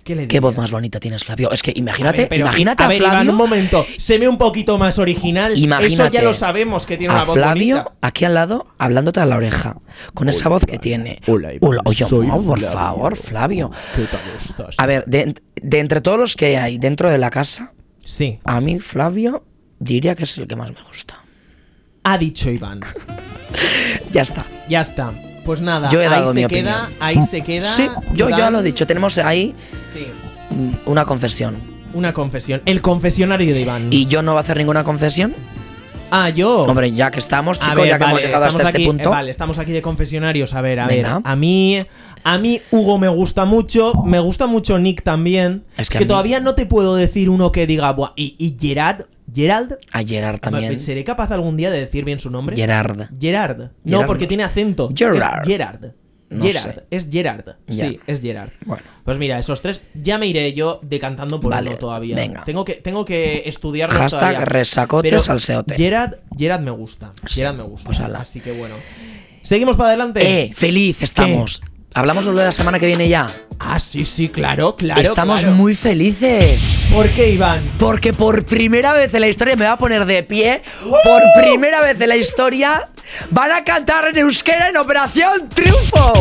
Speaker 2: ¿Qué le dirías?
Speaker 1: Qué voz más bonita tienes, Flavio. Es que
Speaker 2: A
Speaker 1: imagínate,
Speaker 2: ver, pero-
Speaker 1: imagínate a,
Speaker 2: a ver,
Speaker 1: Flavio.
Speaker 2: Iván, un momento. Séme un poquito más original. Eso
Speaker 1: Imagínate
Speaker 2: ya lo sabemos que tiene
Speaker 1: a
Speaker 2: una voz
Speaker 1: Flavio
Speaker 2: bonita.
Speaker 1: aquí al lado hablándote a la oreja con esa voz que tiene.
Speaker 2: Hola, Iván,
Speaker 1: oye,
Speaker 2: soy
Speaker 1: no, por
Speaker 2: Flavio.
Speaker 1: favor, Flavio.
Speaker 2: ¿Qué tal estás?
Speaker 1: A ver, de, de entre todos los que hay dentro de la casa,
Speaker 2: Sí,
Speaker 1: a mí Flavio diría que es el que más me gusta.
Speaker 2: ha dicho Iván.
Speaker 1: Ya está.
Speaker 2: Ya está. Pues nada,
Speaker 1: Yo he
Speaker 2: ahí
Speaker 1: dado
Speaker 2: se
Speaker 1: mi
Speaker 2: queda,
Speaker 1: opinión. Mm,
Speaker 2: ahí se queda.
Speaker 1: Sí, yo ya
Speaker 2: Iván.
Speaker 1: lo he dicho. Tenemos ahí
Speaker 2: Sí.
Speaker 1: mm, una confesión.
Speaker 2: Una confesión. El confesionario de Iván.
Speaker 1: Y yo no voy a hacer ninguna confesión.
Speaker 2: Ah, yo.
Speaker 1: Hombre, ya que estamos,
Speaker 2: A
Speaker 1: chicos,
Speaker 2: ver,
Speaker 1: ya que
Speaker 2: vale,
Speaker 1: hemos llegado
Speaker 2: estamos
Speaker 1: hasta
Speaker 2: aquí,
Speaker 1: este punto.
Speaker 2: eh, Vale, estamos aquí de confesionarios. A ver, a
Speaker 1: Venga.
Speaker 2: ver. A mí. A mí, Hugo me gusta mucho. Me gusta mucho Nick también.
Speaker 1: Es que a mí-
Speaker 2: todavía no te puedo decir uno que diga. Buah, y, y Gerard. Gerald.
Speaker 1: A Gerard también.
Speaker 2: ¿Seré capaz algún día de decir bien su nombre?
Speaker 1: Gerard.
Speaker 2: Gerard. No,
Speaker 1: Gerard.
Speaker 2: porque tiene acento.
Speaker 1: Gerard.
Speaker 2: Es Gerard.
Speaker 1: No
Speaker 2: Gerard.
Speaker 1: sé.
Speaker 2: Es Gerard.
Speaker 1: Ya.
Speaker 2: Sí, es Gerard.
Speaker 1: Bueno.
Speaker 2: Pues mira, esos tres. Ya me iré yo decantando por
Speaker 1: Vale,
Speaker 2: uno todavía.
Speaker 1: venga.
Speaker 2: Tengo que, tengo que estudiarlo
Speaker 1: Hashtag
Speaker 2: todavía.
Speaker 1: resacote
Speaker 2: Pero
Speaker 1: salseote.
Speaker 2: Gerard, Gerard me gusta.
Speaker 1: Sí,
Speaker 2: Gerard me gusta.
Speaker 1: pues ala.
Speaker 2: Así que bueno. Seguimos para adelante.
Speaker 1: Eh, feliz estamos. Hablamos de lo de la semana que viene ya.
Speaker 2: Ah, sí, sí, claro, claro.
Speaker 1: estamos
Speaker 2: claro.
Speaker 1: muy felices.
Speaker 2: ¿Por qué, Iván?
Speaker 1: Porque por primera vez en la historia me va a poner de pie. Por primera vez en la historia van a cantar en euskera en Operación Triunfo.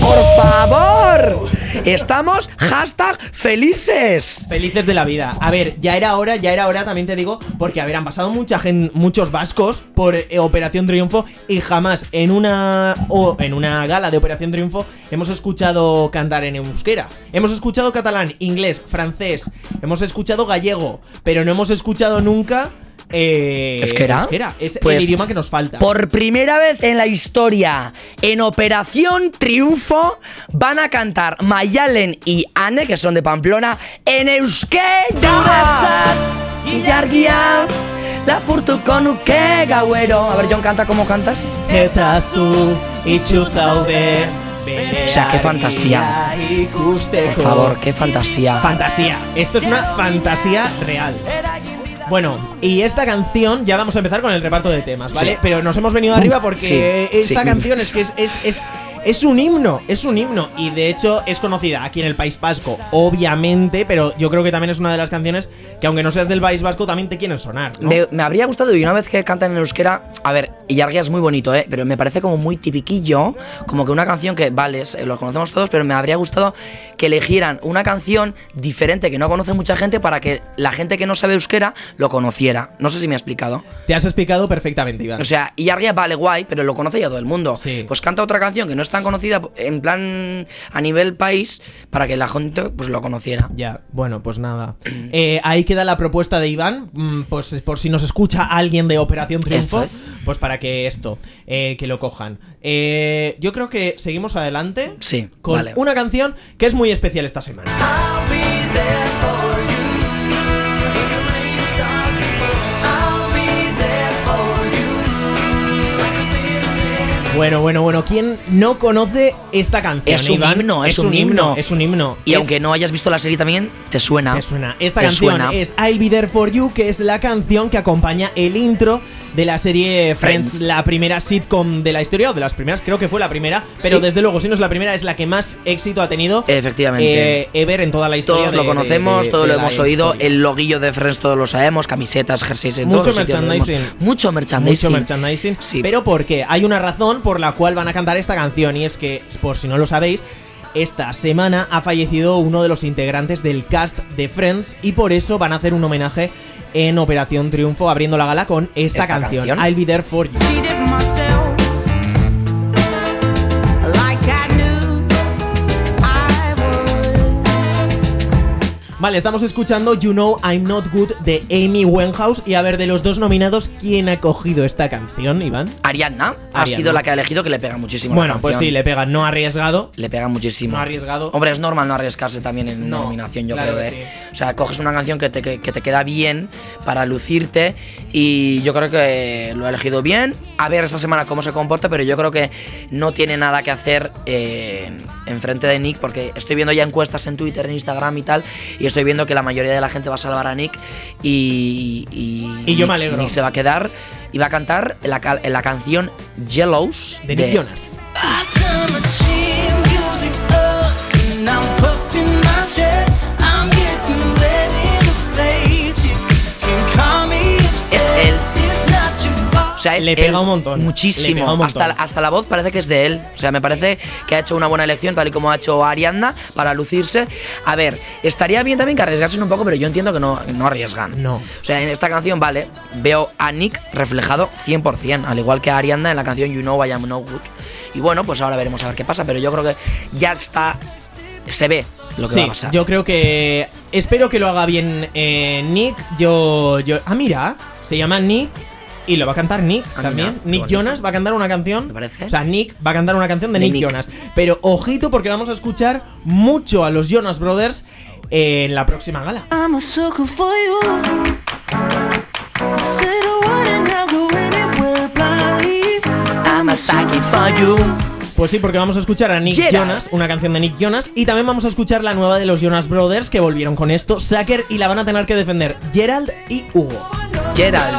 Speaker 1: Por favor. Estamos hashtag felices.
Speaker 2: Felices de la vida. A ver, ya era hora, ya era hora, también te digo, porque a ver, han pasado mucha gente, muchos vascos por eh, Operación Triunfo y jamás en una o en una gala de Operación Triunfo hemos escuchado cantar en euskera. Hemos escuchado catalán, inglés, francés, hemos escuchado gallego, pero no hemos escuchado nunca eh,
Speaker 1: Euskera.
Speaker 2: Es
Speaker 1: Pues,
Speaker 2: el idioma que nos falta.
Speaker 1: Por primera vez en la historia, en Operación Triunfo, van a cantar Mayalen y Anne, que son de Pamplona, en euskera. Ilargia, lapurtuko nuke gauero. A ver, John, canta como cantas.
Speaker 2: Eta zu itxu zaude bere
Speaker 1: O sea, qué fantasía.
Speaker 2: argia ikusteko.
Speaker 1: Por favor, qué fantasía.
Speaker 2: Fantasía. Esto es una fantasía real. Bueno, y esta canción, ya vamos a empezar con el reparto de temas, ¿vale?
Speaker 1: Sí.
Speaker 2: Pero nos hemos venido arriba porque
Speaker 1: Sí,
Speaker 2: esta
Speaker 1: sí.
Speaker 2: canción es que es, es, es, es un himno, es un himno. Y de hecho es conocida aquí en el País Vasco, obviamente, pero yo creo que también es una de las canciones que aunque no seas del País Vasco, también te quieren sonar. ¿no?
Speaker 1: Me, me habría gustado, y una vez que cantan en euskera, a ver, Ilargia es muy bonito, ¿eh? pero me parece como muy tipiquillo, como que una canción que, vale, es- eh, lo conocemos todos, pero me habría gustado que eligieran una canción diferente que no conoce mucha gente para que la gente que no sabe euskera lo conociera. No sé si me ha explicado.
Speaker 2: Te has explicado perfectamente, Iván.
Speaker 1: O sea, Ilargia vale guay, pero lo conoce ya todo el mundo.
Speaker 2: Sí.
Speaker 1: Pues canta otra canción que no es tan conocida, en plan a nivel país, para que la gente pues lo conociera.
Speaker 2: Ya, bueno, pues nada. Eh, ahí queda la propuesta de Iván, mm, pues por si nos escucha alguien de Operación Triunfo,
Speaker 1: Eso
Speaker 2: pues para que esto, eh, que lo cojan. Eh, yo creo que seguimos adelante
Speaker 1: Sí,
Speaker 2: con
Speaker 1: vale.
Speaker 2: una canción que es muy especial esta semana. Bueno, bueno, bueno, ¿quién no conoce esta canción?
Speaker 1: Es un
Speaker 2: Iván?
Speaker 1: himno, es un himno.
Speaker 2: es un himno.
Speaker 1: Y
Speaker 2: Es-
Speaker 1: aunque no hayas visto la serie también, te suena.
Speaker 2: Te suena. Esta
Speaker 1: Te
Speaker 2: canción
Speaker 1: suena.
Speaker 2: es I'll Be There For You, que es la canción que acompaña el intro de la serie Friends,
Speaker 1: Friends.
Speaker 2: la primera sitcom de la historia, o de las primeras, creo que fue la primera, pero
Speaker 1: Sí.
Speaker 2: desde luego, si no es la primera, es la que más éxito ha tenido
Speaker 1: Efectivamente.
Speaker 2: eh, Ever en toda la historia.
Speaker 1: Todos
Speaker 2: de-
Speaker 1: lo
Speaker 2: de-
Speaker 1: conocemos,
Speaker 2: de-
Speaker 1: todo
Speaker 2: de
Speaker 1: lo
Speaker 2: la
Speaker 1: hemos oído,
Speaker 2: historia.
Speaker 1: el loguillo de Friends todos lo sabemos, camisetas, jerseys, en
Speaker 2: Mucho
Speaker 1: todos los sitios lo vemos.
Speaker 2: merchandising.
Speaker 1: Mucho merchandising.
Speaker 2: Mucho merchandising.
Speaker 1: Sí.
Speaker 2: Pero ¿por qué? Hay una razón por la cual van a cantar esta canción y es que, por si no lo sabéis, Esta semana ha fallecido uno de los integrantes del cast de Friends y por eso van a hacer un homenaje en Operación Triunfo abriendo la gala con esta,
Speaker 1: ¿Esta
Speaker 2: canción,
Speaker 1: canción?
Speaker 2: I'll Be There For You.
Speaker 5: cheated myself like I knew I would.
Speaker 2: Vale, estamos escuchando You Know I'm Not Good de Amy Winehouse y a ver de los dos nominados quién ha cogido esta canción, Iván.
Speaker 1: Ariadna, ha
Speaker 2: Ariadna.
Speaker 1: sido la que ha elegido que le pega muchísimo. la
Speaker 2: Bueno, pues
Speaker 1: canción.
Speaker 2: sí, le pega, no arriesgado.
Speaker 1: Le pega muchísimo.
Speaker 2: No arriesgado.
Speaker 1: Hombre, es normal no arriesgarse también en una
Speaker 2: No,
Speaker 1: nominación, yo
Speaker 2: claro
Speaker 1: creo.
Speaker 2: que
Speaker 1: ¿eh?
Speaker 2: sí.
Speaker 1: O sea, coges una canción que te, que, que te queda bien para lucirte y yo creo que lo ha elegido bien. A ver esta semana cómo se comporta, pero yo creo que no tiene nada que hacer eh, en frente de Nick porque estoy viendo ya encuestas en Twitter, en Instagram y tal y estoy viendo que la mayoría de la gente va a salvar a Nick y... Y,
Speaker 2: Y yo
Speaker 1: Nick-
Speaker 2: me alegro.
Speaker 1: Nick se va a quedar y va a cantar la, cal- la canción Yellows
Speaker 2: De Nick Jonas.
Speaker 4: I turn my chin music up and I'm puffing my chest. I'm getting red in the face. You can call me
Speaker 1: Es
Speaker 4: obsessed.
Speaker 1: él.
Speaker 4: It's not your fault.
Speaker 1: O sea, es
Speaker 2: Le pega
Speaker 1: él
Speaker 2: un montón.
Speaker 1: Muchísimo.
Speaker 2: Le pega un montón.
Speaker 1: Hasta, la- hasta la voz parece que es de él. O sea, me parece que ha hecho una buena elección, tal y como ha hecho Ariadna, para lucirse. A ver, estaría bien también que arriesgasen un poco, pero yo entiendo que no, no arriesgan.
Speaker 2: No.
Speaker 1: O sea, en esta canción, vale, veo a Nick reflejado 100%, al igual que a Ariadna en la canción You Know I Am No Good. Y bueno, pues ahora veremos a ver qué pasa, pero yo creo que ya está. Se ve lo que
Speaker 2: sí,
Speaker 1: va a pasar.
Speaker 2: yo creo que. Espero que lo haga bien eh, Nick. Yo, yo. Ah, mira, se llama Nick y lo va a cantar Nick
Speaker 1: Ah,
Speaker 2: también.
Speaker 1: mira, qué
Speaker 2: Nick
Speaker 1: bonito.
Speaker 2: Jonas va a cantar una canción.
Speaker 1: Me parece.
Speaker 2: O sea, Nick va a cantar una canción de,
Speaker 1: De
Speaker 2: Nick,
Speaker 1: Nick.
Speaker 2: Jonas. Pero ojito, porque vamos a escuchar mucho a los Jonas Brothers en la próxima gala.
Speaker 4: I'm a sucker for you. Say the word and I'll go anywhere blindly. I'm a sucker for you.
Speaker 2: Pues sí, porque vamos a escuchar a Nick
Speaker 1: Gerard.
Speaker 2: Jonas, una canción de Nick Jonas, y también vamos a escuchar la nueva de los Jonas Brothers que volvieron con esto, Sacker, y la van a tener que defender Gerald y
Speaker 1: *laughs*
Speaker 2: Hugo.
Speaker 1: Gerald.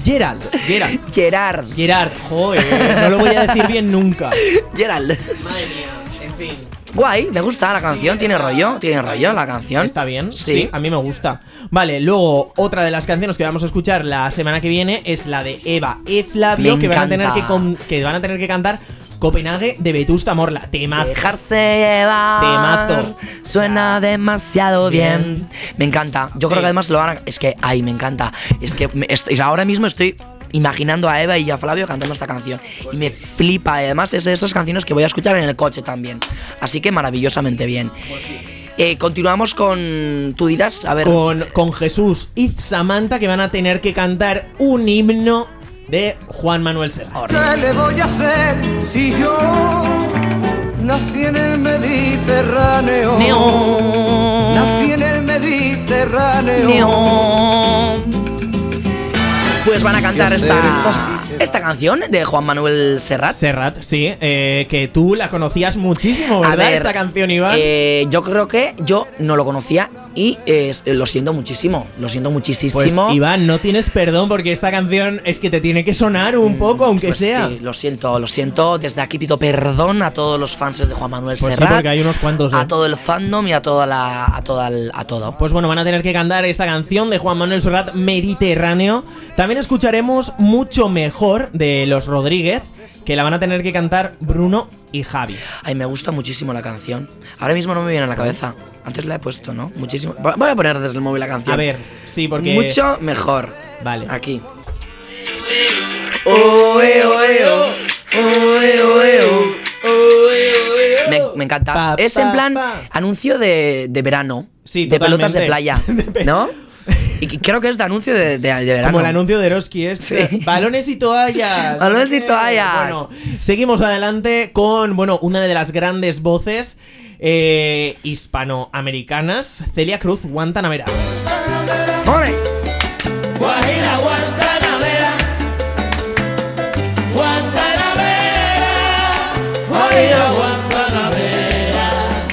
Speaker 1: *laughs*
Speaker 2: Gerald, Gerald.
Speaker 1: Gerard.
Speaker 2: Gerard, joder, no lo voy a decir bien nunca.
Speaker 1: Gerald.
Speaker 2: Madre mía, en fin.
Speaker 1: Guay, me gusta la canción, tiene rollo, tiene rollo la canción.
Speaker 2: Está bien, sí.
Speaker 1: Sí.
Speaker 2: a mí me gusta. Vale, luego otra de las canciones que vamos a escuchar la semana que viene es la de Eva e Flavio
Speaker 1: Me
Speaker 2: que van a tener
Speaker 1: encanta.
Speaker 2: que con- que van a tener que cantar Copenhague de Vetusta Morla. Temazo.
Speaker 1: Dejarse llevar.
Speaker 2: Temazo.
Speaker 1: Suena demasiado
Speaker 2: Bien.
Speaker 1: bien. Me encanta. Yo
Speaker 2: Sí.
Speaker 1: creo que además lo van a. Es que, ay, me encanta. Es que me- estoy- ahora mismo estoy imaginando a Eva y a Flavio cantando esta canción. Y me flipa. Además, es de esas canciones que voy a escuchar en el coche también. Así que maravillosamente bien.
Speaker 2: Pues
Speaker 1: Eh, continuamos con. Tú dirás, a ver.
Speaker 2: con, con Jesús y Samantha que van a tener que cantar un himno de Juan Manuel Serra.
Speaker 6: ¿Qué le voy a hacer si yo nací en el Mediterráneo? Nací en el Mediterráneo.
Speaker 1: Pues van a cantar
Speaker 6: Yo sé
Speaker 1: esta,
Speaker 6: cositas.
Speaker 1: esta canción de Juan Manuel Serrat.
Speaker 2: Serrat, sí, eh, que tú la conocías muchísimo,
Speaker 1: A
Speaker 2: ¿verdad?
Speaker 1: ver,
Speaker 2: Esta canción, Iván.
Speaker 1: eh, yo creo que yo no lo conocía y eh, lo siento muchísimo. Lo siento
Speaker 2: pues
Speaker 1: muchísimo.
Speaker 2: Iván, no tienes perdón porque esta canción es que te tiene que sonar un poco, aunque
Speaker 1: Pues
Speaker 2: sea.
Speaker 1: sí, lo siento, lo siento. Desde aquí pido perdón a todos los fans de Juan Manuel
Speaker 2: Pues sí,
Speaker 1: Serrat.
Speaker 2: porque hay unos cuantos, eh.
Speaker 1: A todo el fandom y a toda la. a toda el- a todo.
Speaker 2: Pues bueno, van a tener que cantar esta canción de Juan Manuel Serrat, Mediterráneo. También escucharemos mucho mejor de los Rodríguez, que la van a tener que cantar Bruno y Javi.
Speaker 1: Ay, me gusta muchísimo la canción. Ahora mismo no me viene a la cabeza. Antes la he puesto, ¿no? Muchísimo. Va- Voy a poner desde el móvil la canción.
Speaker 2: A ver, sí, porque...
Speaker 1: Mucho mejor.
Speaker 2: Vale.
Speaker 1: Aquí. Me, me encanta.
Speaker 2: Pa,
Speaker 1: es
Speaker 2: pa,
Speaker 1: en plan
Speaker 2: pa.
Speaker 1: anuncio de, de verano.
Speaker 2: Sí,
Speaker 1: De pelotas de
Speaker 2: totalmente.
Speaker 1: playa.
Speaker 2: *laughs* De pe-
Speaker 1: ¿No? Y que- creo que es de anuncio de, de- de verano.
Speaker 2: Como el anuncio de Eroski es eh,
Speaker 1: Sí.
Speaker 2: balones y
Speaker 1: *laughs*
Speaker 2: toallas.
Speaker 1: Balones y toallas.
Speaker 2: Bueno, seguimos adelante con bueno, una de las grandes voces eh, hispanoamericanas, Celia Cruz Guantanamera.
Speaker 1: ¡Ole!
Speaker 7: Guajira Guantanamera, Guantanamera, Guajira Guantanamera.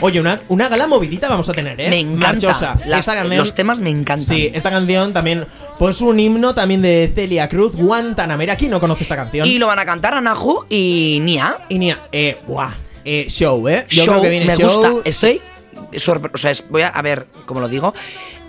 Speaker 2: Oye, una, una gala movidita vamos a tener, ¿eh?
Speaker 1: Me encanta.
Speaker 2: Marchosa.
Speaker 1: Las-
Speaker 2: Esta canción-
Speaker 1: los temas me encantan.
Speaker 2: Sí, esta canción también, pues un himno también de Celia Cruz Guantanamera. ¿Quién no conoce esta canción?
Speaker 1: Y lo van a cantar Anahu y Nia.
Speaker 2: Y ni a- eh, buah, eh, show, ¿eh? Yo
Speaker 1: show,
Speaker 2: creo que viene
Speaker 1: me
Speaker 2: show.
Speaker 1: gusta. Estoy sorpre- o sea, es- voy a, a ver cómo lo digo.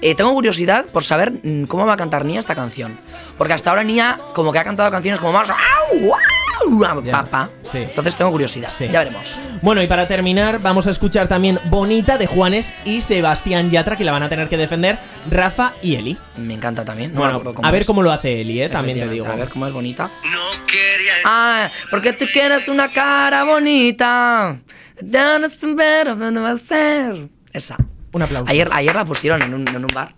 Speaker 1: Eh, tengo curiosidad por saber mm, cómo va a cantar Nia esta canción. Porque hasta ahora Nia como que ha cantado canciones como más ¡Au! ¡Au!
Speaker 2: Ya.
Speaker 1: papá.
Speaker 2: Sí.
Speaker 1: Entonces tengo curiosidad.
Speaker 2: Sí.
Speaker 1: Ya veremos.
Speaker 2: Bueno, y para terminar, vamos a escuchar también Bonita de Juanes y Sebastián Yatra, que la van a tener que defender Rafa y Eli.
Speaker 1: Me encanta también. No me
Speaker 2: bueno,
Speaker 1: acuerdo
Speaker 2: a ver
Speaker 1: es.
Speaker 2: cómo lo hace Eli, eh, también te digo.
Speaker 1: Efectivamente, A ver cómo es bonita.
Speaker 8: No quería
Speaker 1: Ah, porque tú quieres una cara bonita. Ya no sé, pero no va a ser. Esa.
Speaker 2: Un aplauso.
Speaker 1: Ayer, ayer la pusieron en un, en un bar.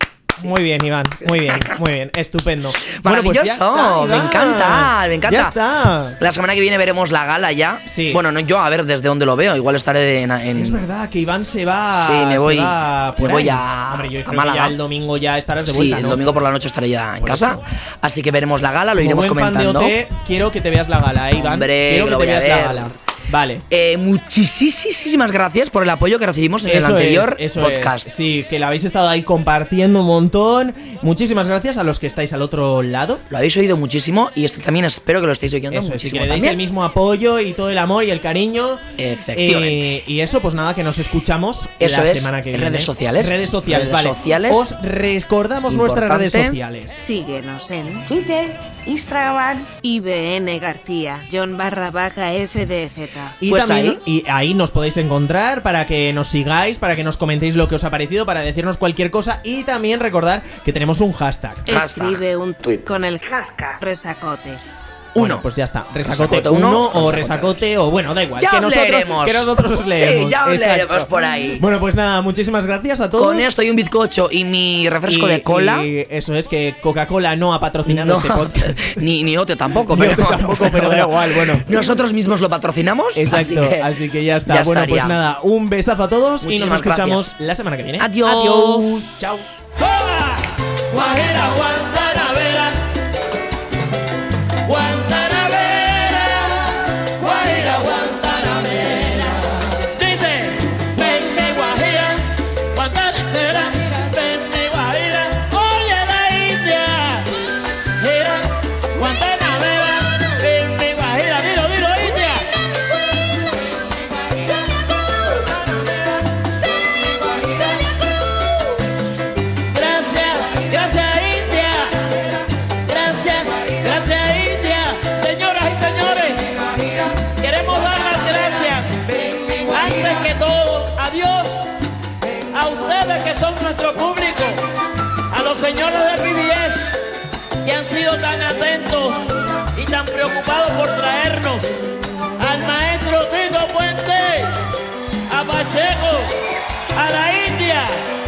Speaker 2: Muy bien, Iván. Muy bien, muy bien. Estupendo. Bueno, pues
Speaker 1: Maravilloso.
Speaker 2: ya está,
Speaker 1: me
Speaker 2: Iván.
Speaker 1: encanta, me encanta.
Speaker 2: Ya está.
Speaker 1: La semana que viene veremos la gala ya.
Speaker 2: Sí.
Speaker 1: Bueno, no yo, a ver desde dónde lo veo. Igual estaré en. en-
Speaker 2: Es verdad que Iván se va.
Speaker 1: Mm. Sí, me
Speaker 2: se
Speaker 1: voy-
Speaker 2: va
Speaker 1: me
Speaker 2: por
Speaker 1: voy
Speaker 2: ahí.
Speaker 1: a-
Speaker 2: Hombre, yo
Speaker 1: a
Speaker 2: creo que
Speaker 1: Málaga.
Speaker 2: ya el domingo ya estarás de
Speaker 1: Sí,
Speaker 2: vuelta.
Speaker 1: el
Speaker 2: ¿no?
Speaker 1: domingo por la noche estaré ya en
Speaker 2: Por
Speaker 1: casa. Así que veremos la gala, lo
Speaker 2: Como
Speaker 1: iremos
Speaker 2: buen
Speaker 1: comentando.
Speaker 2: fan de OT, quiero que te veas la gala, eh, Iván.
Speaker 1: Hombre,
Speaker 2: quiero
Speaker 1: que
Speaker 2: que
Speaker 1: lo
Speaker 2: te
Speaker 1: voy a
Speaker 2: veas la
Speaker 1: ver.
Speaker 2: gala. Vale.
Speaker 1: Eh, muchísimas gracias por el apoyo que recibimos en el
Speaker 2: Eso
Speaker 1: anterior
Speaker 2: es, eso
Speaker 1: podcast.
Speaker 2: es. Sí, que la habéis estado ahí compartiendo un montón. Muchísimas gracias a los que estáis al otro lado.
Speaker 1: Lo habéis oído muchísimo y este también espero que lo estéis oyendo
Speaker 2: Eso, es, y que
Speaker 1: muchísimo
Speaker 2: le deis el
Speaker 1: también.
Speaker 2: mismo apoyo y todo el amor y el cariño.
Speaker 1: Efectivamente.
Speaker 2: Eh, y eso, pues nada, que nos escuchamos
Speaker 1: Eso
Speaker 2: la
Speaker 1: es,
Speaker 2: semana que
Speaker 1: redes
Speaker 2: viene.
Speaker 1: sociales.
Speaker 2: Redes sociales,
Speaker 1: Redes
Speaker 2: vale.
Speaker 1: sociales.
Speaker 2: Os recordamos nuestras redes
Speaker 1: Importante.
Speaker 2: sociales.
Speaker 3: Síguenos en
Speaker 5: Twitter, Instagram,
Speaker 3: IBN García, John barra baja FDZ.
Speaker 2: Y,
Speaker 1: Pues
Speaker 2: también, y ahí nos podéis encontrar para que nos sigáis, para que nos comentéis lo que os ha parecido, para decirnos cualquier cosa y también recordar que tenemos un hashtag.
Speaker 1: Hashtag.
Speaker 3: Escribe un tweet con el hashtag resacote.
Speaker 1: Uno.
Speaker 2: Bueno, pues ya está. Resacote,
Speaker 1: Resacote
Speaker 2: uno,
Speaker 1: uno,
Speaker 2: o
Speaker 1: resacote
Speaker 2: resacote o bueno, da igual.
Speaker 1: Ya
Speaker 2: que,
Speaker 1: os
Speaker 2: nosotros,
Speaker 1: leeremos.
Speaker 2: que nosotros
Speaker 1: *laughs*
Speaker 2: os
Speaker 1: Sí,
Speaker 2: leeremos.
Speaker 1: ya os
Speaker 2: exacto.
Speaker 1: leeremos por ahí.
Speaker 2: Bueno, pues nada, muchísimas gracias a todos.
Speaker 1: Con esto y un bizcocho y mi refresco
Speaker 2: Y-
Speaker 1: de cola.
Speaker 2: y eso es que Coca-Cola no ha patrocinado
Speaker 1: no,
Speaker 2: este podcast.
Speaker 1: ni, ni Ote tampoco,
Speaker 2: *laughs* Ni
Speaker 1: pero,
Speaker 2: Ote tampoco,
Speaker 1: *laughs*
Speaker 2: pero da igual, bueno.
Speaker 1: Nosotros mismos lo patrocinamos.
Speaker 2: Exacto,
Speaker 1: *laughs* así que,
Speaker 2: ya está. bueno,
Speaker 1: estaría.
Speaker 2: pues nada, un besazo a todos y nos
Speaker 1: Muchísimas
Speaker 2: escuchamos
Speaker 1: gracias.
Speaker 2: la semana que viene.
Speaker 1: Adiós.
Speaker 2: Adiós. Chao.
Speaker 7: Guajira, Guantanamera. Guantanamera. Guajira, Guantanamera. Dice, vente Guajira, Guantanamera, vente Guajira. Oye la India, gira, Guantanamera, vente Guajira. Dilo, dilo, India. Gracias, gracias India. Gracias, gracias India. Señoras y señores, queremos dar las gracias. Antes que todo, a Dios, a ustedes que son nuestro público, a los señores de PBS que han sido tan atentos y tan preocupados por traernos, al maestro Tito Puente, a Pacheco, a la India